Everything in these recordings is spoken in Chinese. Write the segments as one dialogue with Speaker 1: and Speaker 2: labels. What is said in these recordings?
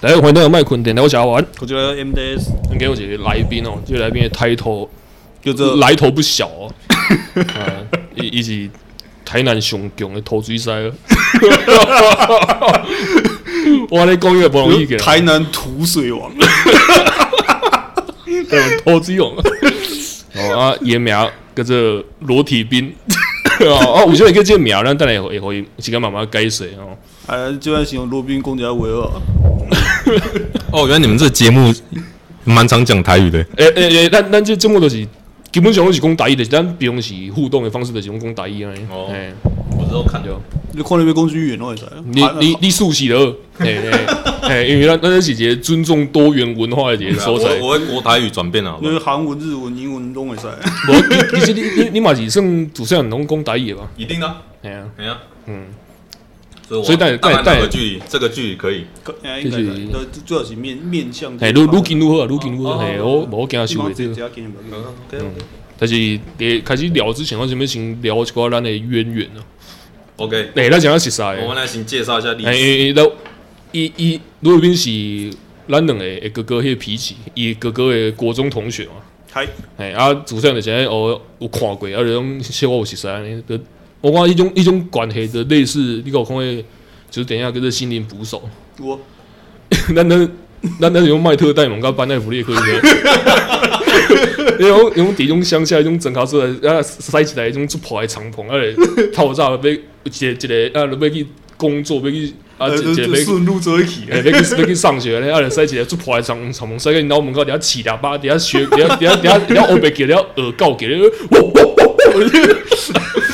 Speaker 1: 大家欢迎到麦昆电台，我是阿玩。
Speaker 2: 我觉得 MDS
Speaker 1: 今天有一个来宾哦，这个来宾的 title
Speaker 2: 叫做
Speaker 1: 来头不小哦，啊，伊伊是台南上强的头水师哦。我咧讲伊个不容易个，
Speaker 2: 台南土水王，
Speaker 1: 头水用。哦啊，伊的名叫做裸体兵。哦，有些人叫这个名，咱等下会会是跟慢慢解释哦。
Speaker 2: 哎，就算形容罗宾公家维尔，
Speaker 3: 哦，原来你们这节目蛮常讲台语的。
Speaker 1: 诶诶诶，咱咱这节目都是基本上拢是讲台语，就是咱平时互动的方式就是讲讲台语安尼。
Speaker 3: 哦
Speaker 1: 嘿
Speaker 3: 我之后看就
Speaker 2: 你看那边公司语言我也知道。
Speaker 1: 你你
Speaker 2: 啊
Speaker 1: 你熟悉了，嘿嘿，嘿，因为咱咱是一个尊重多元文化的一个所在。
Speaker 3: 我会国台语转变了，啊好不
Speaker 1: 嗯
Speaker 2: 那
Speaker 3: 好
Speaker 2: 个啊韩文、日文、英文都会使。
Speaker 1: 无其其实你你你嘛是算主持人拢讲台语的吧？
Speaker 3: 一定的啊，
Speaker 1: 嘿啊，
Speaker 3: 怎样？
Speaker 1: 嗯，
Speaker 3: 所以我
Speaker 1: 所以带
Speaker 3: 当然
Speaker 1: 带
Speaker 3: 这个
Speaker 1: 带
Speaker 3: 距离，这个距离可以。
Speaker 2: 哎，应该
Speaker 1: 就是
Speaker 2: 是，都主要是面面向这
Speaker 1: 嘿，
Speaker 2: 个
Speaker 1: 愈
Speaker 2: 方面。
Speaker 1: 愈近愈好，愈近愈好，
Speaker 3: 哦
Speaker 1: 嘿，我无惊
Speaker 2: 基
Speaker 1: 收
Speaker 2: 本
Speaker 1: 袂
Speaker 2: 上这
Speaker 1: 这个。
Speaker 2: 家给你们。
Speaker 1: 嗯
Speaker 3: 嗯
Speaker 1: 但是诶，开始聊之前，我想要先聊一寡咱的渊源啊。
Speaker 3: OK，
Speaker 1: 诶，咱讲到实在的
Speaker 3: 我，们来先介绍一下历
Speaker 1: 诶
Speaker 3: 史。
Speaker 1: 诶，咱伊伊卢伟斌是咱两个的哥哥迄个脾气，伊哥哥的国中同学嘛。
Speaker 2: 嗨，
Speaker 1: 嘿，啊，主持人就是安尼哦，有看过，啊，就种小我有熟悉安尼，就我感觉迄种迄种关系就类似，你有看诶，就是等一下叫做心灵捕手，
Speaker 2: 我
Speaker 1: 咱咱咱咱是用麦特戴蒙甲班奈弗列克迄个， 迄种迄种伫种乡下迄种整卡出来，啊，塞起来迄种做破诶敞篷，啊咧，透早要一个一个啊，要去工作，要去啊，
Speaker 2: 呃
Speaker 1: 一
Speaker 2: 就
Speaker 1: 个
Speaker 2: 就
Speaker 1: 要去。
Speaker 2: 顺路走一起。
Speaker 1: 哎，别去别去上学咧，啊，使一个做破来长长毛塞个脑门口，底下起喇叭，底下学，底下底下底下底下欧白给，底下耳告给，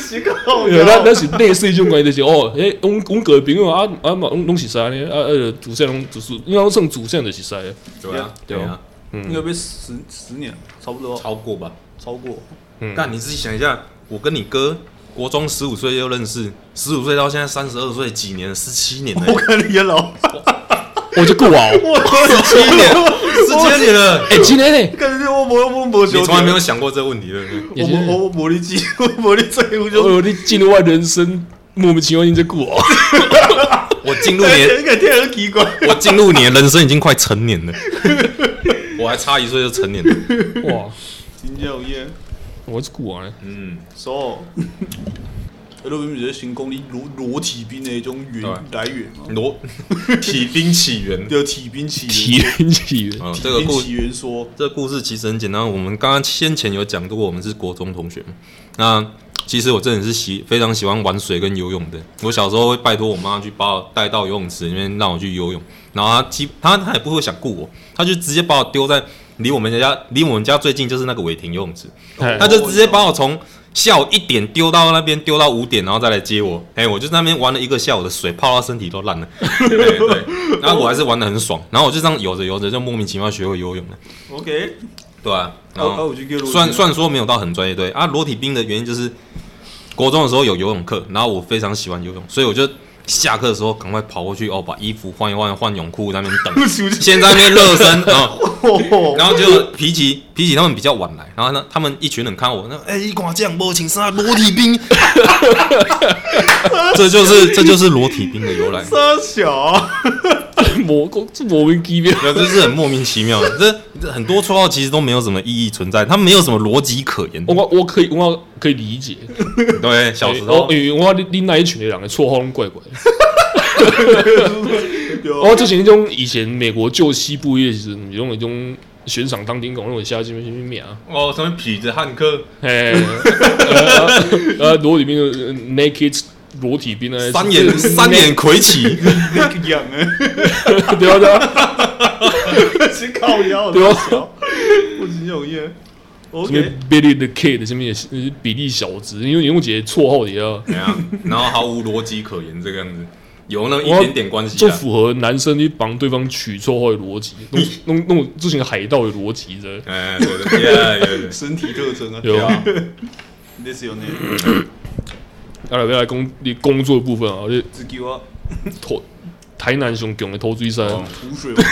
Speaker 2: 谁搞
Speaker 1: 对， 咱咱是类似迄种关系，就是哦，诶，阮阮个朋友啊啊嘛，拢拢是啥呢？啊啊，主线拢主因为算主线就是啥，
Speaker 3: 怎么样？
Speaker 1: 对啊
Speaker 3: 怎么样
Speaker 2: 应该被十十年，差不多
Speaker 3: 哎超过吧。
Speaker 2: 超过。
Speaker 1: 嗯
Speaker 3: 但你自己想一下，我跟你哥国中十五岁就认识，十五岁到现在三十二岁，几年？十七年了
Speaker 2: 我，看你也老，
Speaker 1: 我就够啊！
Speaker 3: 十七年，十七年了。
Speaker 1: 哎，今年呢，
Speaker 2: 感觉我没我没
Speaker 3: 你从来没有想过这个问题，对不对？
Speaker 1: 也
Speaker 2: 我
Speaker 1: 就是
Speaker 2: 我我没力气，我没力在乎就。
Speaker 1: 哦我你进入我人生莫名其妙你就过啊！
Speaker 3: 我进入你的，
Speaker 2: 感觉很奇怪。
Speaker 3: 我进入你的人生已经快成年了， 我还差一岁就成年了。
Speaker 1: 哇，
Speaker 2: 真正有耶。
Speaker 1: 我是过啊！
Speaker 3: 嗯，
Speaker 2: So，哎，路边不是行宫里裸裸体兵的一种源来源吗？
Speaker 3: 罗体兵起源。
Speaker 2: 叫体兵起
Speaker 1: 体
Speaker 2: 源，
Speaker 1: 人起源，
Speaker 3: 嗯，
Speaker 2: 体
Speaker 3: 这个
Speaker 2: 兵
Speaker 3: 故
Speaker 2: 起源说，
Speaker 3: 这个故事其实很简单，我们刚刚先前有讲过，我们是国中同学嘛。那其实我真的是喜非常喜欢玩水跟游泳的。我小时候会拜托我妈去把我带到游泳池里面让我去游泳，然后她基她她也不会想顾我，她就直接把我丢在离我们家离我们家最近就是那个伟霆游泳池，
Speaker 1: 哎
Speaker 3: 她就直接把我从下午一点丢到那边，丢到五点，然后再来接我。哎、我就在那边玩了一个下午的水，泡到身体都烂了。对对，然后我还是玩的很爽，然后我就这样游着游着就莫名其妙学会游泳了，
Speaker 2: OK，
Speaker 3: 对啊，
Speaker 2: 啊
Speaker 3: 然后
Speaker 2: 啊，我就给
Speaker 3: 虽然虽然说没有到很专业，对啊，裸体兵的原因就是国中的时候有游泳课，然后我非常喜欢游泳，所以我就下课的时候赶快跑过去哦，把衣服换一换，换泳裤在那边等， 先在那边热身啊、哦
Speaker 2: 哦，
Speaker 3: 然后就皮奇皮奇他们比较晚来，然后呢，他们一群人看我，那哎，一寡这样，无情杀裸体兵， 这就是这就是裸体兵的由来。
Speaker 2: 沙 小，
Speaker 1: 莫讲这莫名其妙。
Speaker 3: 对，这是很莫名其妙的， 这这很多绰号其实都没有什么意义存在，它没有什么逻辑可言。
Speaker 1: 我我可以我可以理解，
Speaker 3: 对，小时
Speaker 1: 哦
Speaker 3: 候，
Speaker 1: 因为我你你那一群的人的绰号拢怪 怪的。
Speaker 2: 有
Speaker 1: 哦，之前那种以前美国旧西部夜时，你用那种悬赏当兵狗那种下去面去面啊，
Speaker 3: 哦，什么痞子汉克，
Speaker 1: 哎，呃 呃，裸体兵就是 naked 裸体兵啊，
Speaker 3: 三眼三眼魁 起，
Speaker 2: 那个痒哎，
Speaker 1: 对啊对啊，
Speaker 2: 是靠腰
Speaker 1: 对
Speaker 2: 的
Speaker 1: 哦
Speaker 2: 沙小，我真有耶。
Speaker 1: 什么
Speaker 2: OK，
Speaker 1: Billy the Kid 什么也是比利小子，因为你用几个绰号也要，
Speaker 3: 怎样？然后毫无逻辑可言，这个样子有那么一
Speaker 1: 我
Speaker 3: 点点关系
Speaker 1: 就
Speaker 3: 啊。
Speaker 1: 符合男生去帮对方取绰号的逻辑，弄弄弄之前海盗的逻辑的，
Speaker 3: 哎，对对对对对
Speaker 2: 身体特征啊，
Speaker 1: 对啊。
Speaker 2: this 有呢，
Speaker 1: 啊，来要来工你工作的部分啊，就
Speaker 2: 只给我
Speaker 1: 投台南上强的投水山。
Speaker 3: 哦
Speaker 2: 湖水王，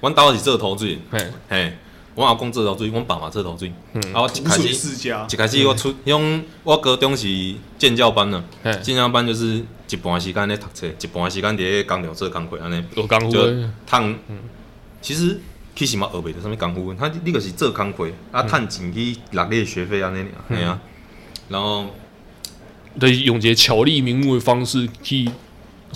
Speaker 3: 阮兜是做投资的，
Speaker 1: 嘿
Speaker 3: 嘿，我阿公做头水，我爸嘛做头水，啊，我一
Speaker 2: 湖
Speaker 3: 开
Speaker 2: 水
Speaker 3: 始。
Speaker 2: 世家
Speaker 3: 一，开始我出，用我高中是建教班呢
Speaker 1: 嘿，
Speaker 3: 建教班就是一半时间咧读册，一半时间伫咧工厂做工课安尼，
Speaker 1: 有功夫
Speaker 3: 就
Speaker 1: 的，
Speaker 3: 趁。其实其实嘛学袂着啥物功夫，他你就是做工课，啊，趁钱去六你的学费安尼尔，嘿啊。然后
Speaker 1: 就是用一个巧立名目的方式去，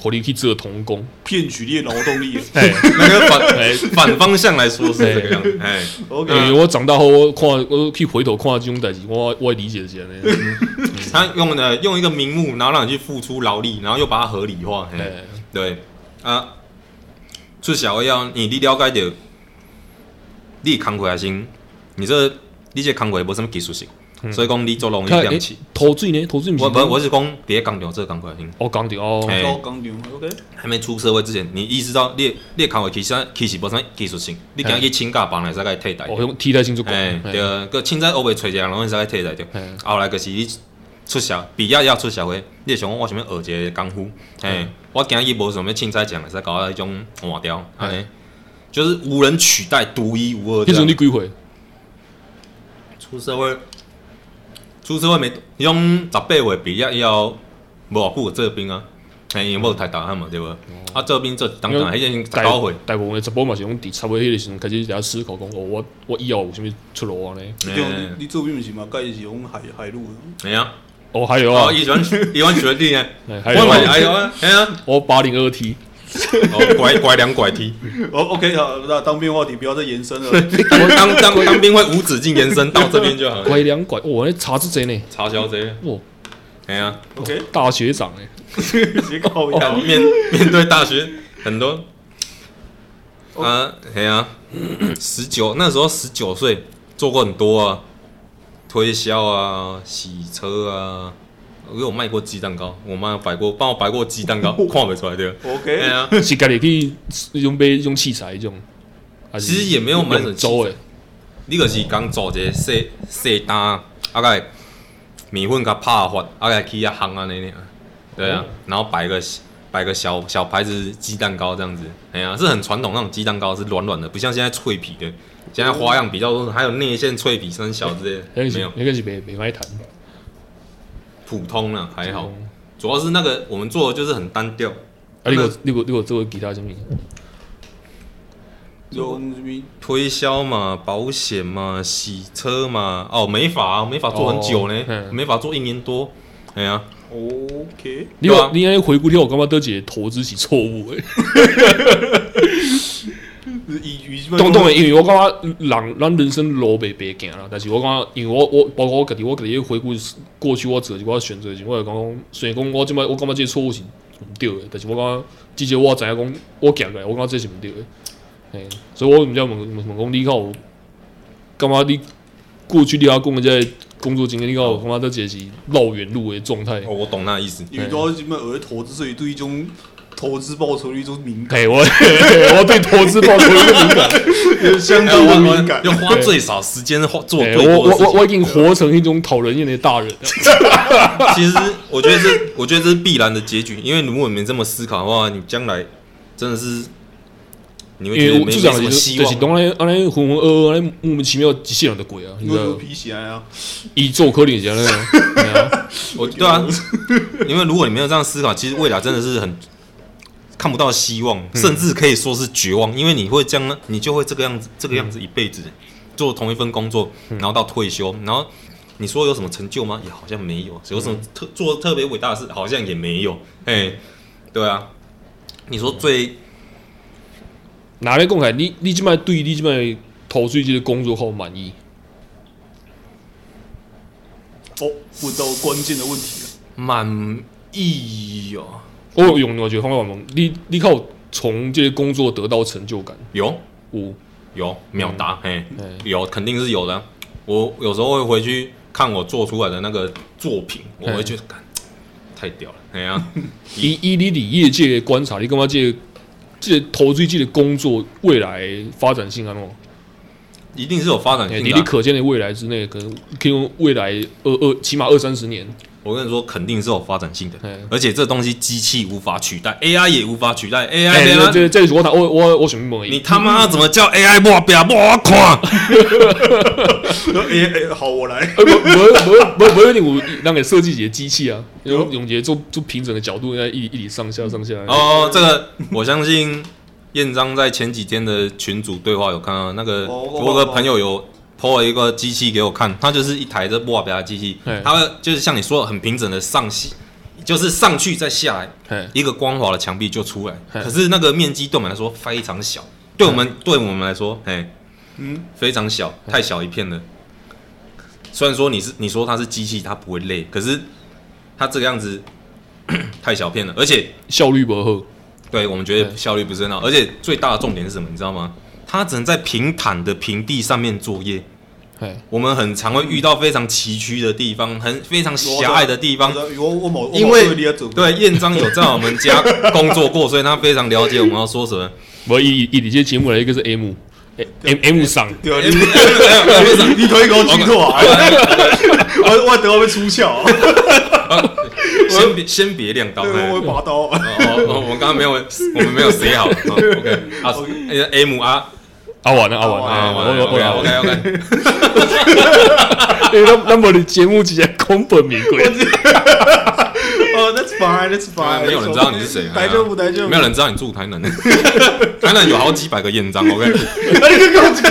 Speaker 1: 互你去做童 工。
Speaker 2: 骗取你的劳动力。
Speaker 1: 哎，
Speaker 3: 那个反反方向来说是这个样子，哎，
Speaker 1: 因为
Speaker 2: OK，
Speaker 1: 我长大后，我看我去回头看这
Speaker 3: 嗯
Speaker 1: 种代志，我我会理解是安尼。
Speaker 3: 他用的用一个名目，然后让你去付出劳力，然后又把它合理化，嘿。
Speaker 1: 哎，
Speaker 3: 对啊，出社会后，你你了解着你的工课也行，你这你这工课无什么技术性，所以讲你做容易
Speaker 1: 看
Speaker 3: 亮
Speaker 1: 哎
Speaker 3: 起。
Speaker 1: 投水呢？投嗯水不是
Speaker 3: 我我我是讲别工厂做工课也行，
Speaker 1: 我讲的哦，
Speaker 3: 哎
Speaker 2: 高钢牛 OK，
Speaker 3: 还没出社会之前，你意识到你的你的工课其实其实无啥技术性，你今去请假帮人才该替代
Speaker 1: 我。哦用替代性做工。
Speaker 3: 哎，
Speaker 1: 哎
Speaker 3: 对，个凊彩学袂找一个人，拢会使替代着
Speaker 1: 嗯。
Speaker 3: 后来就是你出社，毕业了出社会，你会想讲我想要学一个功夫，哎，我今日无想要凊彩讲，会使搞到迄种换掉，安尼，就是无人取代，独一无二这
Speaker 1: 迄阵你
Speaker 3: 样。
Speaker 1: 几岁？
Speaker 3: 出社会，出社会没，迄种十八岁毕业以后，无偌久就做兵啊，哎，因为无读大汉嘛，对无？啊，做兵做当当，迄阵十九岁，
Speaker 1: 大部分的十甫嘛是讲伫差不多迄个时阵开始在思考讲，哦，我我以后有啥物出路啊呢？
Speaker 2: 你
Speaker 3: 哎
Speaker 2: 讲你做兵不是嘛？介是用海海陆的，
Speaker 3: 哎呀，
Speaker 1: 哦，还有啊
Speaker 3: 哦，，伊选伊选学弟呢，
Speaker 1: 哎
Speaker 3: 我
Speaker 1: 还有
Speaker 3: 嘛是
Speaker 1: 啊，
Speaker 3: 哎呦啊，哎呀，
Speaker 1: 我八零二 T，
Speaker 3: 哦，拐拐两拐踢。
Speaker 2: 哦 OK 好，那当兵话题不要再延伸了。
Speaker 3: 当当当当兵会无止境延伸到这边就好了。
Speaker 1: 拐两拐，哦我那查出真呢，
Speaker 3: 查小贼，
Speaker 1: 哦，
Speaker 3: 哎呀，
Speaker 2: OK，
Speaker 1: 大学长哎，
Speaker 2: 直接靠
Speaker 3: 看
Speaker 2: 腰。
Speaker 3: 面面对大学很多啊，哎呀，十九那时候十九岁做过很多啊，推销啊，洗车啊，因为我卖过鸡蛋糕，我妈摆过帮我摆过鸡蛋糕，看不出来对吧。哎
Speaker 2: OK，
Speaker 3: 呀，
Speaker 1: 是家己去用买用器材这种，还是
Speaker 3: 其实也没有买啊什么
Speaker 1: 用粥哎，
Speaker 3: 你就是讲做一个细细单，啊个米粉甲拍发，啊个起啊烘安尼尔，对
Speaker 1: 哦
Speaker 3: 啊，然后摆个摆个小小牌子鸡蛋糕这样子，哎呀、是很传统那种鸡蛋糕，是软软的，不像现在脆皮的，现在花样比较多，还有内馅脆皮生小之类
Speaker 1: 那个
Speaker 3: 的，没
Speaker 1: 哎是
Speaker 3: 有
Speaker 1: 那个是袂袂歹谈，
Speaker 3: 普通啦，还好
Speaker 1: 普，
Speaker 3: 主要是那个我们做的就是很单调，
Speaker 1: 啊，你有你有你有做过其他啥物？
Speaker 2: 用什么？
Speaker 3: 推销嘛，保险嘛，洗车嘛，哦，美发、啊、美发做很久呢
Speaker 1: 哦，嗯
Speaker 3: 美发做一年多，哎呀、
Speaker 2: OK，
Speaker 1: 你
Speaker 3: 对啊
Speaker 1: 有你安尼回顾了，我感觉倒一个投资是错误诶。
Speaker 2: 以以
Speaker 1: 当当然，因为我感觉人咱人生路袂白行啦，但是我感觉，因为我我包括我家己，我家己回顾过去我做的一寡选择的时候，我会讲，虽然讲我即摆我感觉这个错误是毋对的，但是我感觉至少我知影讲，我行过来，我感觉这是毋对的。嘿，所以我毋知道问问问讲，你敢有感觉你过去你阿讲的这个工作经验，你敢有感觉这个是绕远路的状态？
Speaker 3: 哦，我懂那意思。
Speaker 2: 因为都要什么额投资，所以对一种投资报酬率一种敏感，
Speaker 1: 嘿，我我对投资报酬率敏感。
Speaker 2: 相
Speaker 3: 哎我
Speaker 2: 对的
Speaker 3: 我
Speaker 2: 敏感。
Speaker 3: 要花最少时间花做
Speaker 1: 嘿
Speaker 3: 最
Speaker 1: 我
Speaker 3: 多的
Speaker 1: 我
Speaker 3: 事
Speaker 1: 我
Speaker 3: 情。
Speaker 1: 我已经活成一种讨人厌的大人了。
Speaker 3: 其实我觉得这，我觉得这是必然的结局，因为如果你没这么思考的话，你将来真的是你会
Speaker 1: 因
Speaker 3: 觉
Speaker 1: 为
Speaker 3: 得
Speaker 1: 我
Speaker 3: 没
Speaker 1: 至
Speaker 3: 没
Speaker 1: 少
Speaker 3: 什
Speaker 1: 就
Speaker 3: 么
Speaker 1: 是
Speaker 3: 希
Speaker 1: 就是
Speaker 3: 望。
Speaker 1: 当然安尼浑浑噩噩安尼莫名其妙一世人的鬼啊，你
Speaker 2: 你
Speaker 1: 知
Speaker 2: 为什
Speaker 1: 道
Speaker 2: 么？皮鞋啊？
Speaker 1: 伊做可能是安尼啊， 嘿啊
Speaker 3: 我对啊，因为如果你没有这样思考，其实未来真的是很看不到希望，甚至可以说是绝望，因为你会这样，你就会这个样子，这个样子一辈子做同一份工作，然后到退休，然后你说有什么成就吗？也好像没有，有什么特做特别伟大的事，好像也没有。哎，对啊，你说最
Speaker 1: 哪来讲起来？你你即摆对你即摆投水这个工作好满意？
Speaker 2: 哦，问到关键的问题了。
Speaker 3: 满意哦，
Speaker 1: 我有用我觉得方法问，你你靠从这个工作得到成就感，
Speaker 3: 有嗯
Speaker 1: 有
Speaker 3: 有秒答，嘿，
Speaker 1: 嗯
Speaker 3: 有肯定是有的。我有时候会回去看我做出来的那个作品，我会觉得干太屌了，哎呀、
Speaker 1: 以以你伫业界的观察，你感觉这个这个投水这个工作未来的发展性安怎？
Speaker 3: 一嗯定是有发展
Speaker 1: 哎
Speaker 3: 性
Speaker 1: 你
Speaker 3: 的
Speaker 1: 你
Speaker 3: 啊、
Speaker 1: 可见的未来之内，可能可以用未来二二起码二三十年，
Speaker 3: 我跟你说，肯定是有发展性的
Speaker 1: 嗯，
Speaker 3: 而且这东西机器无法取代，AI 也无法取代，AI
Speaker 1: 哎，
Speaker 3: 没
Speaker 1: 这
Speaker 3: 有。
Speaker 1: 这这是我我我我选不满
Speaker 3: 你
Speaker 1: 意，
Speaker 3: 他妈怎么叫 AI 抹表抹看？
Speaker 2: 哎哎，好，我来。
Speaker 1: 呃，不不不不不一定有让给设计一个机器啊，用用一个做做平整的角度，应该一一里上下上下。
Speaker 3: 哦，这个我相信燕章在前几天的群组对话有看到，那个
Speaker 2: 哦
Speaker 3: 我有个朋友有 PO 了一个机器给我看，它就是一台这抹表的机器
Speaker 1: 嘿，
Speaker 3: 它会就是像你说的很平整的上系，就是上去再下来，
Speaker 1: 哎，
Speaker 3: 一个光滑的墙壁就出来，
Speaker 1: 嘿
Speaker 3: 可是那个面积对我们来说非常小，对我们对我们来说，哎，
Speaker 2: 嗯，
Speaker 3: 非常小，太小一片了。虽然说你是你说它是机器，它不会累，可是它这个样子 太小片了，而且
Speaker 1: 效率不好，
Speaker 3: 对我们觉得
Speaker 1: 对
Speaker 3: 效率不是很好，而且最大的重点是什么，你知道吗？它只能在平坦的平地上面作业。
Speaker 1: 哎，
Speaker 3: 我们很常会遇到非常崎岖的地方，很非常狭隘的地方，
Speaker 2: 我我某
Speaker 3: 因为对燕章有在我们家工 作过，所以他非常了解我们要说什么。
Speaker 1: 我以以你这节目来一个是 M。M M 上，
Speaker 2: 对啊， 你你可以给我记错啊！我我等会被出鞘，
Speaker 3: 先别先别亮刀，
Speaker 2: 对，
Speaker 3: 哎
Speaker 2: 我会拔刀。
Speaker 3: 哦哦，我们刚刚没有，我们没有谁好。哦 OK 啊哎，M 啊，
Speaker 1: 阿完了，阿完
Speaker 3: 啊
Speaker 1: 了，
Speaker 3: ，OK
Speaker 1: 哎我我我
Speaker 3: OK OK，
Speaker 1: 因为那那么你节目直接空本名贵，
Speaker 2: 哦，That's 어, fine, That's fine。
Speaker 3: 没有人知道你是谁，
Speaker 2: 逮就不逮就
Speaker 3: 没有。人知道你住台南，台南有好几百个验章，OK。
Speaker 2: 那个给我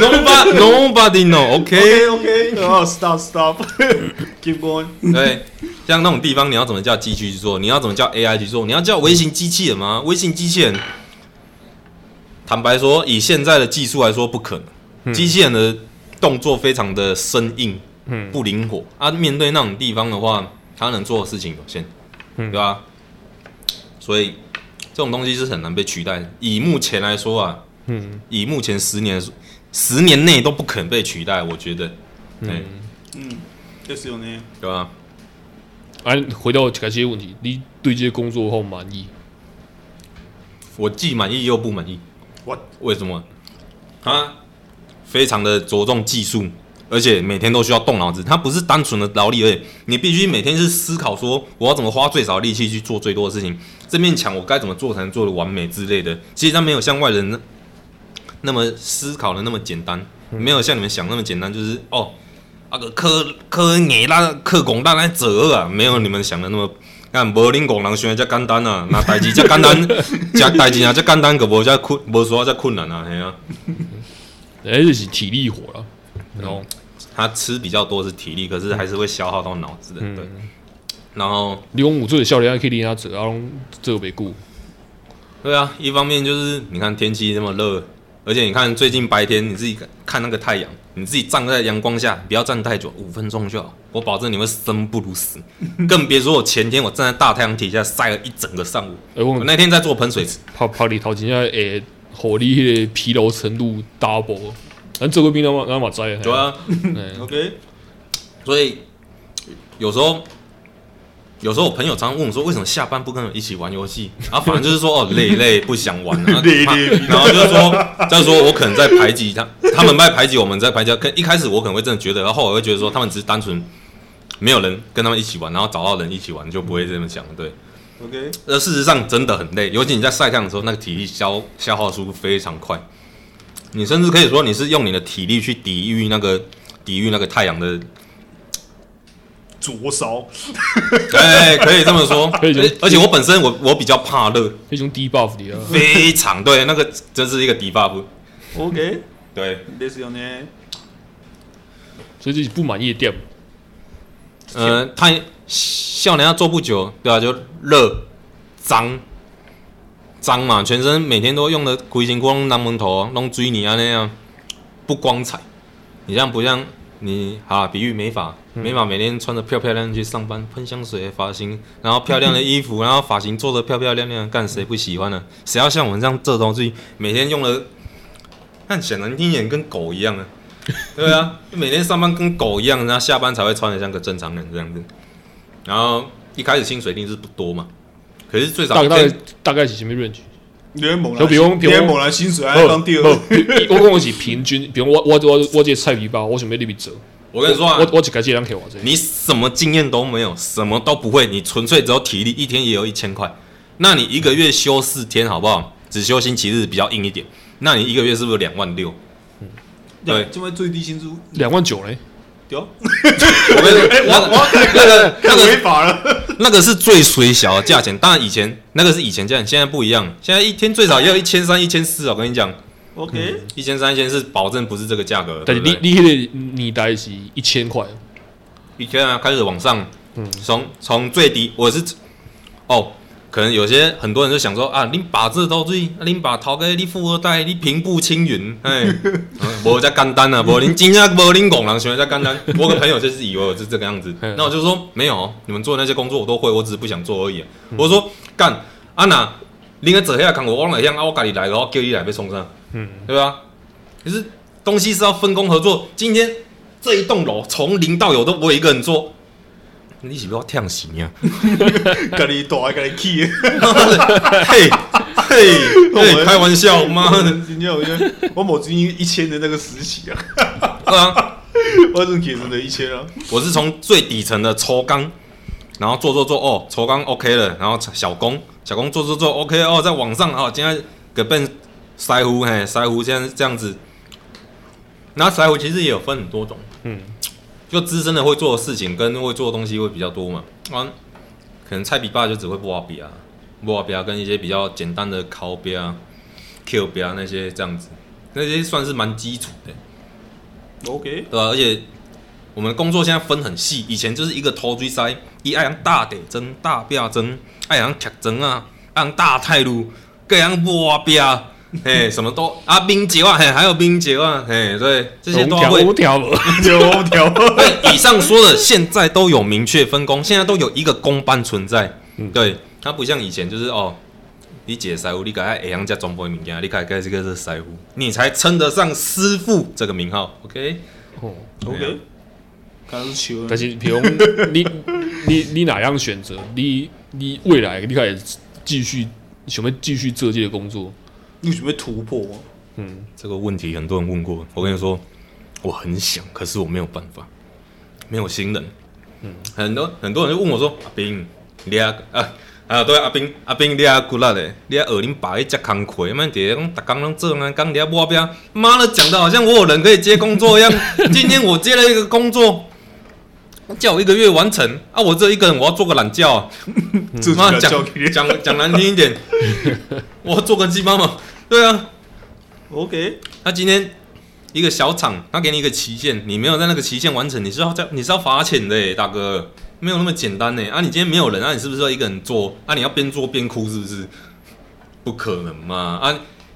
Speaker 3: Nobody nobody know OK。
Speaker 2: OK OK，哦，Stop 어, Stop，Keep going。
Speaker 3: 对，像那种地方，你要怎么叫机器去做？你要怎么叫 AI 去做？你要叫微型机器人吗？微型机器人，坦白说，以现在的技术来说，不可能。机器人的动作非常的生硬，
Speaker 1: 嗯
Speaker 3: 不灵活。啊，面对那种地方的话，它能做的事情有限，
Speaker 1: 嗯
Speaker 3: 对吧、所以这种东西是很难被取代的。以目前来说啊，
Speaker 1: 嗯，
Speaker 3: 以目前十年十年内都不可能被取代，我觉得，对，
Speaker 2: 嗯，就是有呢。
Speaker 3: 对吧、
Speaker 1: 哎，回到凯西的问题，你对这些工作后满意？
Speaker 3: 我既满意又不满意。
Speaker 2: What？
Speaker 3: 为什么？他非常的着重技术，而且每天都需要动脑子。他不是单纯的劳力而已，你必须每天是思考说我要怎么花最少力气去做最多的事情，这面墙我该怎么做才能做的完美之类的。其实他没有像外人那那么思考的那么简单，没有像你们想那么简单，就是哦。那个科科眼那科拱那来折啊，没有你们想的那么干无恁戆人想的遮简单啊， 那代志遮简单，遮代志啊遮简单，个无遮困，无说遮困难啊，嘿啊。
Speaker 1: 哎，这是体力活了，然后
Speaker 3: 他吃比较多是体力，可是还是会消耗到脑子的，对。然后，
Speaker 1: 你讲有这个少年还可以领他啊走，然后这个被顾，
Speaker 3: 对啊，一方面就是你看天气那么热，而且你看最近白天你自己看那个太阳，你自己站在阳光下，不要站太久，五分钟就好，我保证你会生不如死，更别说我前天我站在大太阳底下晒了一整个上午，
Speaker 1: 哎，
Speaker 3: 我
Speaker 1: 我
Speaker 3: 那天在做喷水池，
Speaker 1: 拍拍你头前下诶，火力迄个疲劳程度 double，咱做过兵咱嘛咱嘛知
Speaker 3: 对
Speaker 1: 啊，
Speaker 3: 啊，
Speaker 1: 嘿
Speaker 2: OK，
Speaker 3: 所以有时候，有时候我朋友常常问我说，为什么下班不跟我一起玩游戏？啊，反正就是说哦， 累累不想玩啊，
Speaker 2: 累
Speaker 3: 怕
Speaker 2: 累
Speaker 3: 然后就是说，再说我可能在排挤他，他们在排挤我们，在排挤他。可一开始我可能会真的觉得，啊然后我会觉得说，他们只是单纯没有人跟他们一起玩，然后找到人一起玩，就不会这么想。对，
Speaker 2: OK，
Speaker 3: 那事实上真的很累，尤其你在晒太阳的时候，那个体力消消耗速度非常快。你甚至可以说你是用你的体力去抵御那个抵御那个太阳的
Speaker 2: 灼烧。
Speaker 3: 哎，可以这么说。
Speaker 1: 可以这么
Speaker 3: 而且我本身我我比较怕热，
Speaker 1: 迄种 debuff 的啊，
Speaker 3: 非常对，那个真是一个 debuff。
Speaker 2: OK，
Speaker 3: 对，
Speaker 2: ですよね。
Speaker 1: 所以这是不满意的点。
Speaker 3: 呃，他笑年要做不久，对吧、啊就热、脏、脏嘛，全身每天都用的龟形窟窿、南门头、弄追泥啊那样，不光彩。你像不像你啊？比喻美发，美发每天穿的漂漂亮亮去上班，喷香水、发型，然后漂亮的衣服，然后发型做的漂漂亮亮，干谁不喜欢呢？谁要像我们这样这东西，每天用了，看显然听一点跟狗一样啊。对啊，每天上班跟狗一样，然后下班才会穿的像个正常人这样子。然后一开始薪水一定是不多嘛，可是最少
Speaker 1: 大
Speaker 3: 一
Speaker 1: 概大
Speaker 3: 天
Speaker 1: 概大概是什么 range？
Speaker 2: 你连猛
Speaker 1: 就
Speaker 2: 男，
Speaker 1: 比如说比如说
Speaker 2: 连猛男薪水还
Speaker 3: 哎
Speaker 1: 不
Speaker 2: 当第
Speaker 1: 不
Speaker 2: 二，
Speaker 1: 哦比比我跟我是平均，比如我我我我这个菜皮包，我想要你比折，
Speaker 3: 我跟你说啊
Speaker 1: 我，我只该这两天我这，
Speaker 3: 你什么经验都没有，什么都不会，你纯粹只有体力，一天也有一千块。那你一个月休四天好不好？只休星期日比较硬一点。那你一个月是不是两万六？对
Speaker 2: 今晚最低薪资
Speaker 1: 两万九嘞，
Speaker 2: 屌，
Speaker 3: 我跟你说，那个那个那
Speaker 2: 太
Speaker 3: 个
Speaker 2: 违法了。
Speaker 3: 那个是最水小的价钱，当然以前那个是以前这样，现在不一样，现在一天最少也有一千三、一千四我跟你讲，
Speaker 2: OK，
Speaker 3: 一千三、一千四保证不是这个价格，
Speaker 1: 但
Speaker 3: 对
Speaker 1: 是
Speaker 3: 不
Speaker 1: 你
Speaker 3: 对？
Speaker 1: 你那个年代是一千块，
Speaker 3: 一天啊开始往上，
Speaker 1: 嗯
Speaker 3: 从从最低我是哦，可能有些很多人就想说啊，你把这都最，啊你把头给你富二代，你平步青云， 哎，无遮简单啊，无恁真正无恁戆人想遮简单。我个朋友就是以为我是这个样子，
Speaker 1: 嗯
Speaker 3: 那我就说没有，你们做的那些工作我都会，我只是不想做而已啊、
Speaker 1: 嗯
Speaker 3: 我说干啊那，恁个做遐工我往来向啊，我家己来，然后叫你来被冲上，
Speaker 1: 嗯
Speaker 3: 对吧？可是东西是要分工合作，今天这一栋楼从零到有都我一个人做。你是不是要跳死你啊？
Speaker 2: 跟你打，跟你气，
Speaker 3: 嘿，嘿，嘿，开玩笑，妈的，
Speaker 2: 今天我觉得我某经一千的那个时 期啊，
Speaker 3: 对啊，
Speaker 2: 我这铁子的一千啊，
Speaker 3: 我是从最底层的抽钢，然后做做做，哦，抽钢 OK 了，然后小工，小工做做做 OK 哦，在网上哦，今天给笨腮胡，嘿，腮胡现在是这样子，那腮胡其实也有分很多种，
Speaker 1: 嗯，
Speaker 3: 就资深的会做的事情跟会做的东西会比较多嘛，啊，可能菜比爸就只会挖比啊，挖比啊跟一些比较简单的烤比啊、Q 比啊那些这样子，那些算是蛮基础的，
Speaker 2: OK，
Speaker 3: 对吧、而且我们工作现在分很细，以前就是一个头锥塞，伊爱用大地针、大壁针，爱用铁针啊，爱用大泰路，各样挖壁啊， 嘿，什么都啊冰结啊，嘿，还有冰结啊，嘿，对，这些
Speaker 1: 龙
Speaker 3: 都要
Speaker 1: 条
Speaker 3: 会哎
Speaker 1: 五条 无，
Speaker 2: 牛条，
Speaker 3: 对，以上说的现在都有明确分工，现在都有一个工班存在。
Speaker 1: 嗯
Speaker 3: 对，它不像以前就是哦，你姐师傅，你该会样加装备物件，你该该这个是师傅，你才称得上师傅这个名号。OK，啊
Speaker 1: 哦
Speaker 2: OK，看是球，
Speaker 1: 但是比如说你你你哪样选择，你你未来你开始继续想要继续做这个工作，
Speaker 2: 你有什么突破吗？
Speaker 1: 嗯，
Speaker 3: 这个问题很多人问过，我跟你说，我很想，可是我没有办法，没有新人。嗯，很多很多人就问我说，阿斌，你啊啊。啊，对，阿斌，阿斌，你啊骨力嘞，你啊学恁爸迄只工课，莫伫咧讲，逐工拢做啊，讲你啊抹边，妈的，讲的好像我有人可以接工作一样。 今天我接了一个工作，叫我一个月完成，啊，我这一个人我要做个懒觉、啊，
Speaker 2: 自己
Speaker 3: 妈
Speaker 2: 来教
Speaker 3: 讲
Speaker 2: 给你。
Speaker 3: 讲讲难听一点， 我要做个鸡妈嘛，对啊，
Speaker 2: OK，
Speaker 3: 他今天一个小厂，他给你一个期限，你没有在那个期限完成，你是要在你是要罚钱的欸耶，大哥，没有那么简单呢。啊，你今天没有人，啊，你是不是要一个人做？啊，你要边做边哭是不是？不可能嘛！啊，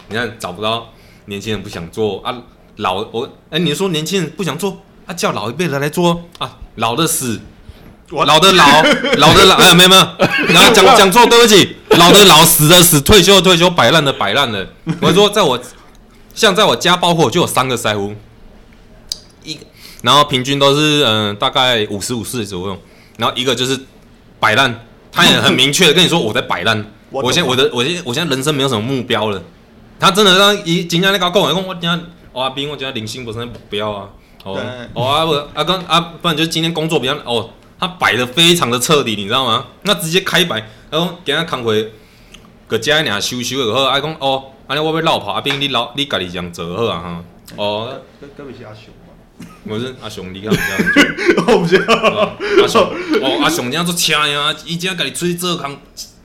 Speaker 3: 你看找不到年轻人不想做啊，老我哎、你说年轻人不想做啊，叫老一辈的来做啊，老的死，
Speaker 2: 我
Speaker 3: 老的老，老的老，哎，没有没有，然后讲讲错，对不起，老的老，死的死，退休的退休，摆烂的摆烂的。我说，在我像在我家包括就有三个腮胡，一个，然后平均都是嗯、呃大概五十五四左右，然后一个就是摆烂，他也很明确的跟你说我在摆烂，
Speaker 2: What
Speaker 3: 我现在我的我现在我现在人生没有什么目标了。他真的让伊真正咧甲我讲，讲我今天我阿斌，我今天人生不是那目标啊。哦
Speaker 2: 对，
Speaker 3: 哦啊不啊跟啊，不然就是今天工作比较哦，他摆的非常的彻底，你知道吗？那直接开摆，然后给他扛回，搁家俩修修就好。啊讲哦，安尼我要绕跑，阿斌你绕你家己这样做就好啊哈。哦，
Speaker 2: 该该不是阿雄吧？
Speaker 3: 我是啊阿雄，你看我这样 做。
Speaker 2: 我不知道，
Speaker 3: 哦阿雄，哦阿雄，这样做车呀，伊这样家己出去做工，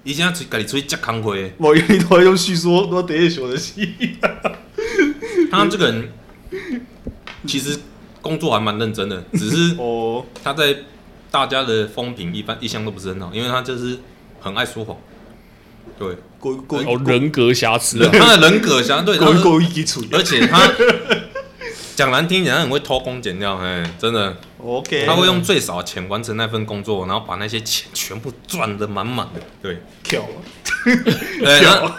Speaker 3: 伊这样出家己出去接工会的。
Speaker 2: 我原来都在用叙说，我第一想的是，
Speaker 3: 他这个人其实工作还蛮认真的，只是
Speaker 2: 哦，
Speaker 3: 他在大家的风评一般一向都不是很好，因为他就是很爱说谎。对，
Speaker 2: 过过
Speaker 1: 哦，人格瑕疵啊，
Speaker 3: 他的人格相对，
Speaker 2: 过
Speaker 3: 他
Speaker 2: 过一啊起处理
Speaker 3: 而且他讲难听一点，他很会偷工减料，哎，真的，
Speaker 2: ，OK，
Speaker 3: 他会用最少的钱完成那份工作，然后把那些钱全部赚得满满的。对，
Speaker 2: 跳啊
Speaker 3: 对，他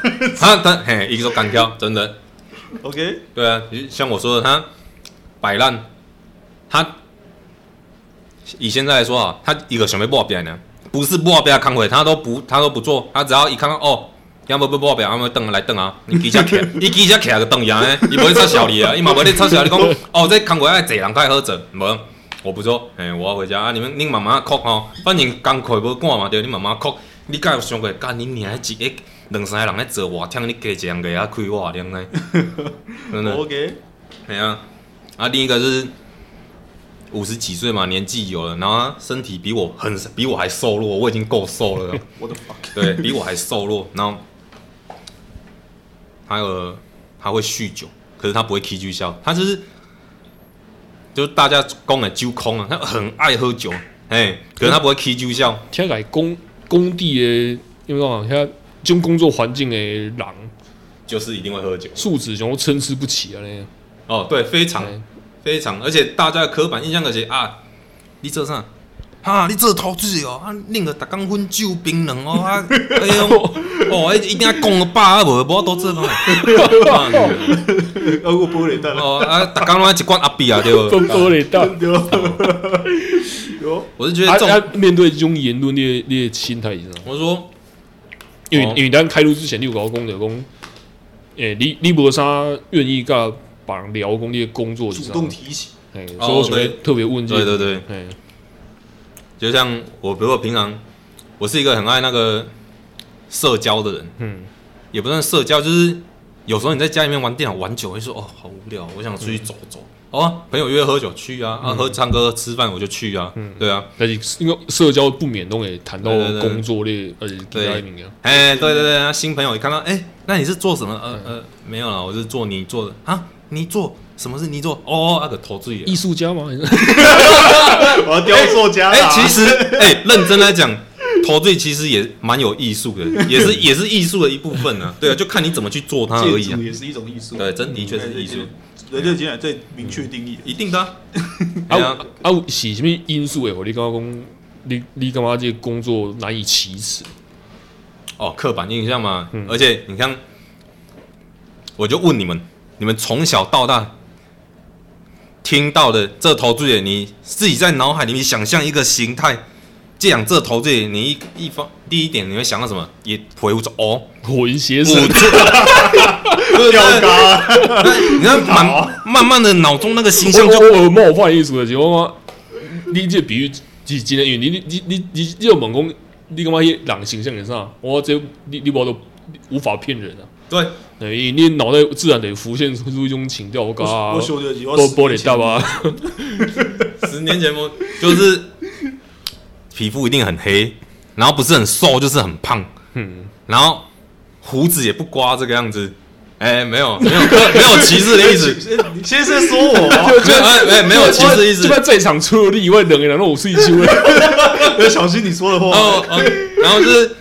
Speaker 3: 他他嘿，一个都敢挑，真的。
Speaker 2: ，OK，
Speaker 3: 对啊，就像我说的，他摆烂，他以现在来说啊，他一个想要破表呢，不是破表康回，他都不他都不做，他只要一看到哦，要么不报表，要么等来等啊，你记者起来，伊记者起来就等伊安尼，伊不会插小你啊，伊嘛无咧插小你讲，哦，这工课爱坐人较会好做，无。我不做，嘿、我要回家啊！你们恁慢慢哭吼，反正工课无赶嘛对，你慢慢哭。你敢有想过，干恁娘一个两三个人咧做活，听你加一人个遐开活了呢？真的。
Speaker 2: OK，
Speaker 3: 对啊，啊，另一个是五十几岁嘛，年纪有了，然后他身体比我很比我还瘦弱，我已经够瘦了，
Speaker 2: 我的 fuck，
Speaker 3: 对比我还瘦弱。然后还有他会酗酒，可是他不会 K 居笑，他就是就是大家讲的酒空啊，他很爱喝酒，哎，可是他不会 K 居笑，
Speaker 1: 听来工工地的，因为讲遐种工作环境的人
Speaker 3: 就是一定会喝酒。
Speaker 1: 素质全部参差不齐啊哎咧。
Speaker 3: 哦，对，非常
Speaker 1: 嘿
Speaker 3: 非常，而且大家的刻板印象就是啊，你做啥？啊，你做陶醉哦，啊，恁个逐工分酒槟榔 哦，啊，哎呦，哦，一定要讲个饱啊，无无都做咯。 啊
Speaker 2: 啊，我玻璃蛋了，
Speaker 3: 哦，啊，逐工拢一罐阿比啊，对 不？
Speaker 1: 分波嘞大，
Speaker 2: 对啊哟，
Speaker 3: 我是觉
Speaker 1: 啊
Speaker 3: 得这种，
Speaker 1: 啊！面对这种言论，你的你的心态是啥？
Speaker 3: 我说
Speaker 1: 因为
Speaker 3: 哦
Speaker 1: 因为咱开录之前，你有跟我讲着讲，诶、你你无啥愿意甲别人聊讲你的工作是
Speaker 2: 主
Speaker 1: 啥，
Speaker 2: 动提起，
Speaker 1: 嘿，所
Speaker 3: 哦
Speaker 1: 以我想要
Speaker 3: 对
Speaker 1: 特别问这个，哎
Speaker 3: 对对
Speaker 1: 对，
Speaker 3: 就像我，比如我平常，我是一个很爱那个社交的人，
Speaker 1: 嗯，
Speaker 3: 也不算社交，就是有时候你在家里面玩电脑玩久，会说哦好无聊，我想出去走走。哦，朋友约喝酒去啊，啊喝唱歌吃饭我就去啊，对啊，
Speaker 1: 但是因为社交不免都会谈到
Speaker 3: 对对对
Speaker 1: 工作类，呃，其
Speaker 3: 对
Speaker 1: 他一名啊，
Speaker 3: 哎，对对对，啊新朋友一看到，哎，那你是做什么？呃呃，没有啦，我是做泥做的啊，泥做什么是泥做？哦，那个投资也
Speaker 1: 艺术家吗？
Speaker 2: 我要雕塑家 啊
Speaker 3: 哎、
Speaker 2: 啦，
Speaker 3: 其实哎、认真来讲，投醉其实也蛮有艺术的，也是也是艺术的一部分啊。对啊，就看你怎么去做
Speaker 1: 嗯
Speaker 3: 它而已
Speaker 2: 建
Speaker 3: 啊
Speaker 2: 筑。也是一种艺术，
Speaker 3: 对，真的确是艺术，
Speaker 2: 人家竟然在明确定义，
Speaker 3: 一定的啊、
Speaker 1: 啊
Speaker 3: 对
Speaker 1: 有
Speaker 3: 啊。
Speaker 1: 啊，有是什么因素诶？我你刚刚讲，你你干嘛这个工作难以启齿？
Speaker 3: 哦，刻板印象嘛。而且你看，我就问你们，你们从小到大听到的这投注眼，你自己在脑海里面想象一个形态，这样这投注眼，你一一方第一点你会想到什么？也回不出哦，
Speaker 1: 混血
Speaker 3: 不
Speaker 1: 生，
Speaker 3: 对
Speaker 2: 吊
Speaker 3: 对
Speaker 2: 嘎，
Speaker 3: 你看 慢慢慢的脑中那个形象
Speaker 1: 我
Speaker 3: 就
Speaker 1: 我有冒犯艺术的情况吗？你这个比喻是真的，因为你你你你你有问讲，你干嘛迄人形象是啥？我这你你无都无法骗人啊！
Speaker 3: 对，
Speaker 1: 对，因为你脑袋自然得浮现出一种情调，我讲啊，
Speaker 2: 我修的几，我
Speaker 1: 玻玻璃大吧？
Speaker 3: 十年前我 就是皮肤一定很黑，然后不是很瘦就是很胖，
Speaker 1: 嗯，
Speaker 3: 然后胡子也不刮这个样子，哎，没 有没有没有歧视
Speaker 2: 哎
Speaker 3: 的意思，
Speaker 2: 你先生说我，
Speaker 1: 就
Speaker 3: 没有哎 哎没有歧视的 意
Speaker 1: 就
Speaker 3: 思
Speaker 1: 在，这一场除了你以外，两个人都有睡觉了。
Speaker 2: 要小心你说的
Speaker 3: 然
Speaker 2: 话
Speaker 3: 后，呃然后就是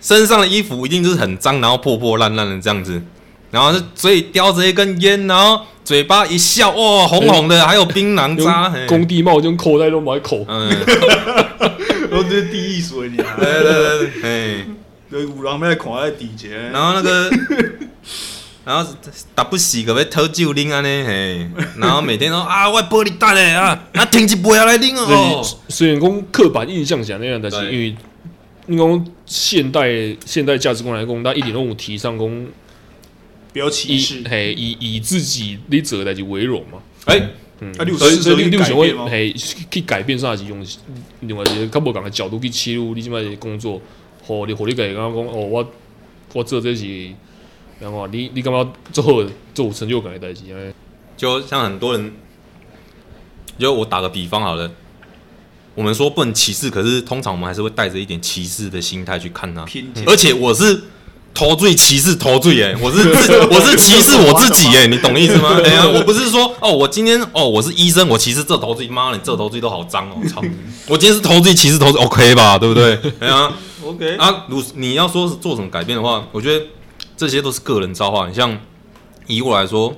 Speaker 3: 身上的衣服一定就是很脏，然后破破烂烂的这样子，然后是嘴里叼着一根烟，然后嘴巴一笑，哦，红红的，还有槟榔 渣，嘿
Speaker 1: 工地帽跟口袋都买口，
Speaker 3: 嗯。
Speaker 2: 然后这是第一艺术的你啊，
Speaker 3: 对对对对，哎，
Speaker 2: 对，五郎妹狂在底节，
Speaker 3: 然后那个，然后打不死个要讨酒啉安尼嘿，然后每天都啊，我的玻璃蛋嘞啊，那停一杯啊来啉哦
Speaker 1: 所。以虽然讲刻板印象是那样，但是因为因为讲现代现代价值观来讲，他一点都不提倡讲
Speaker 2: 不要歧视
Speaker 1: 以，嘿以以自己你做的代志为荣嘛。
Speaker 3: 哎、
Speaker 2: 啊，你有
Speaker 1: 所以
Speaker 2: 试
Speaker 1: 所
Speaker 2: 着
Speaker 1: 以你
Speaker 2: 去
Speaker 1: 你有
Speaker 2: 改
Speaker 1: 想
Speaker 2: 变吗
Speaker 1: 讲？嘿去改变啥是用另外一个较无共的角度去切入你即摆的工作，互你互你家己感觉讲哦，我我做这是。然后你你感觉做好的做有成就感的代志，哎安尼
Speaker 3: 就像很多人，就我打个比方好了，我们说不能歧视，可是通常我们还是会带着一点歧视的心态去看它、
Speaker 2: 偏见
Speaker 3: 而且我是。头醉歧视头醉哎，我是 自我是歧视我自己哎、你懂意思吗？ 哎呀、我不是说哦，我今天哦我是医生，我歧视这头醉，妈的，你这头醉都好脏哦，操！我今天是头醉歧视头醉，OK 吧，对不对？哎呀、
Speaker 2: ，OK，
Speaker 3: 啊，如你要说是做什么改变的话，我觉得这些都是个人造化。你像以我来说，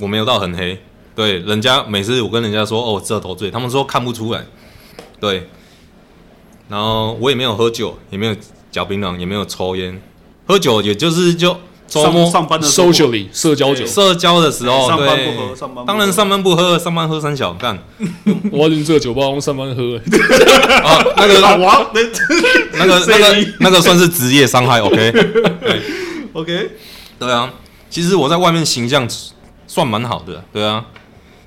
Speaker 3: 我没有到很黑，对，人家每次我跟人家说哦，我这头醉，他们说看不出来，对。然后我也没有喝酒，也没有嚼槟榔，也没有抽烟，喝酒也就是就周末
Speaker 2: 上上班的时候
Speaker 1: socially 社交酒，
Speaker 3: 社交的时候，
Speaker 2: 哎上班
Speaker 3: 哦对
Speaker 2: 不喝上班不喝
Speaker 3: 当然上班不喝，上班喝三小干
Speaker 1: 我连这个酒吧我上班喝，欸
Speaker 3: 啊，那个
Speaker 2: 老王， 那
Speaker 3: 那个那
Speaker 2: 谁
Speaker 3: 个那个算是职业伤害，OK？对
Speaker 2: OK，
Speaker 3: 对啊，其实我在外面形象算蛮好的，对啊，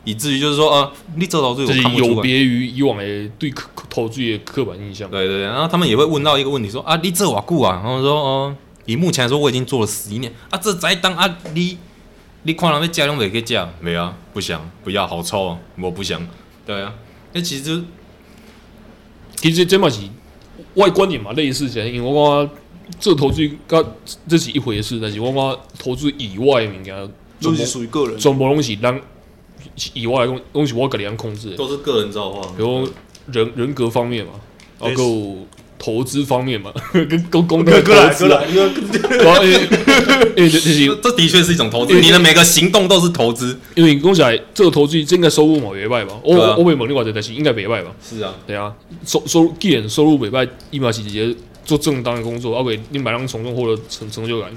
Speaker 3: 以至于就是说，呃，你这老对
Speaker 1: 就
Speaker 3: 我
Speaker 1: 是
Speaker 3: 看不
Speaker 1: 有
Speaker 3: 出来。
Speaker 1: 别于以往的对客投资的刻板印象。
Speaker 3: 对对对，然后他们也会问到一个问题说，啊，你这瓦固啊，然后说哦，以目前来说我已经做了十一年啊，这宅当啊你你看人被家用也可以嫁，没啊，不想不要，好臭、哦，我不想，对啊，那其实就是
Speaker 1: 其实这嘛是外观也嘛类似的，因为我感觉这投资甲这是一回事，但是我感觉投资以外的物件，全
Speaker 2: 就
Speaker 1: 部
Speaker 2: 是属于个人。
Speaker 1: 全部拢是咱以外的东东西，我个人控制的，
Speaker 3: 都是个人造化
Speaker 1: 比如人人格方面嘛，
Speaker 2: 对
Speaker 1: 然后投资方面嘛，跟公公
Speaker 2: 哥
Speaker 1: 的
Speaker 2: 哥来，
Speaker 1: 投
Speaker 2: 哥
Speaker 1: 资啊，
Speaker 2: 来，一个
Speaker 1: 对啊因为因为这这是
Speaker 3: 这这的确是一种投
Speaker 1: 因
Speaker 3: 资，
Speaker 1: 为
Speaker 3: 你的每个行动都是投资。
Speaker 1: 因为讲起来，这个投资这应该收入嘛袂歹吧？我
Speaker 3: 对啊
Speaker 1: 我袂问你偌济，但是应该袂歹吧？
Speaker 3: 是啊，
Speaker 1: 对啊，收收入既然收入袂歹，伊嘛是一个做正当的工作，啊袂你马上从中获得成成就感，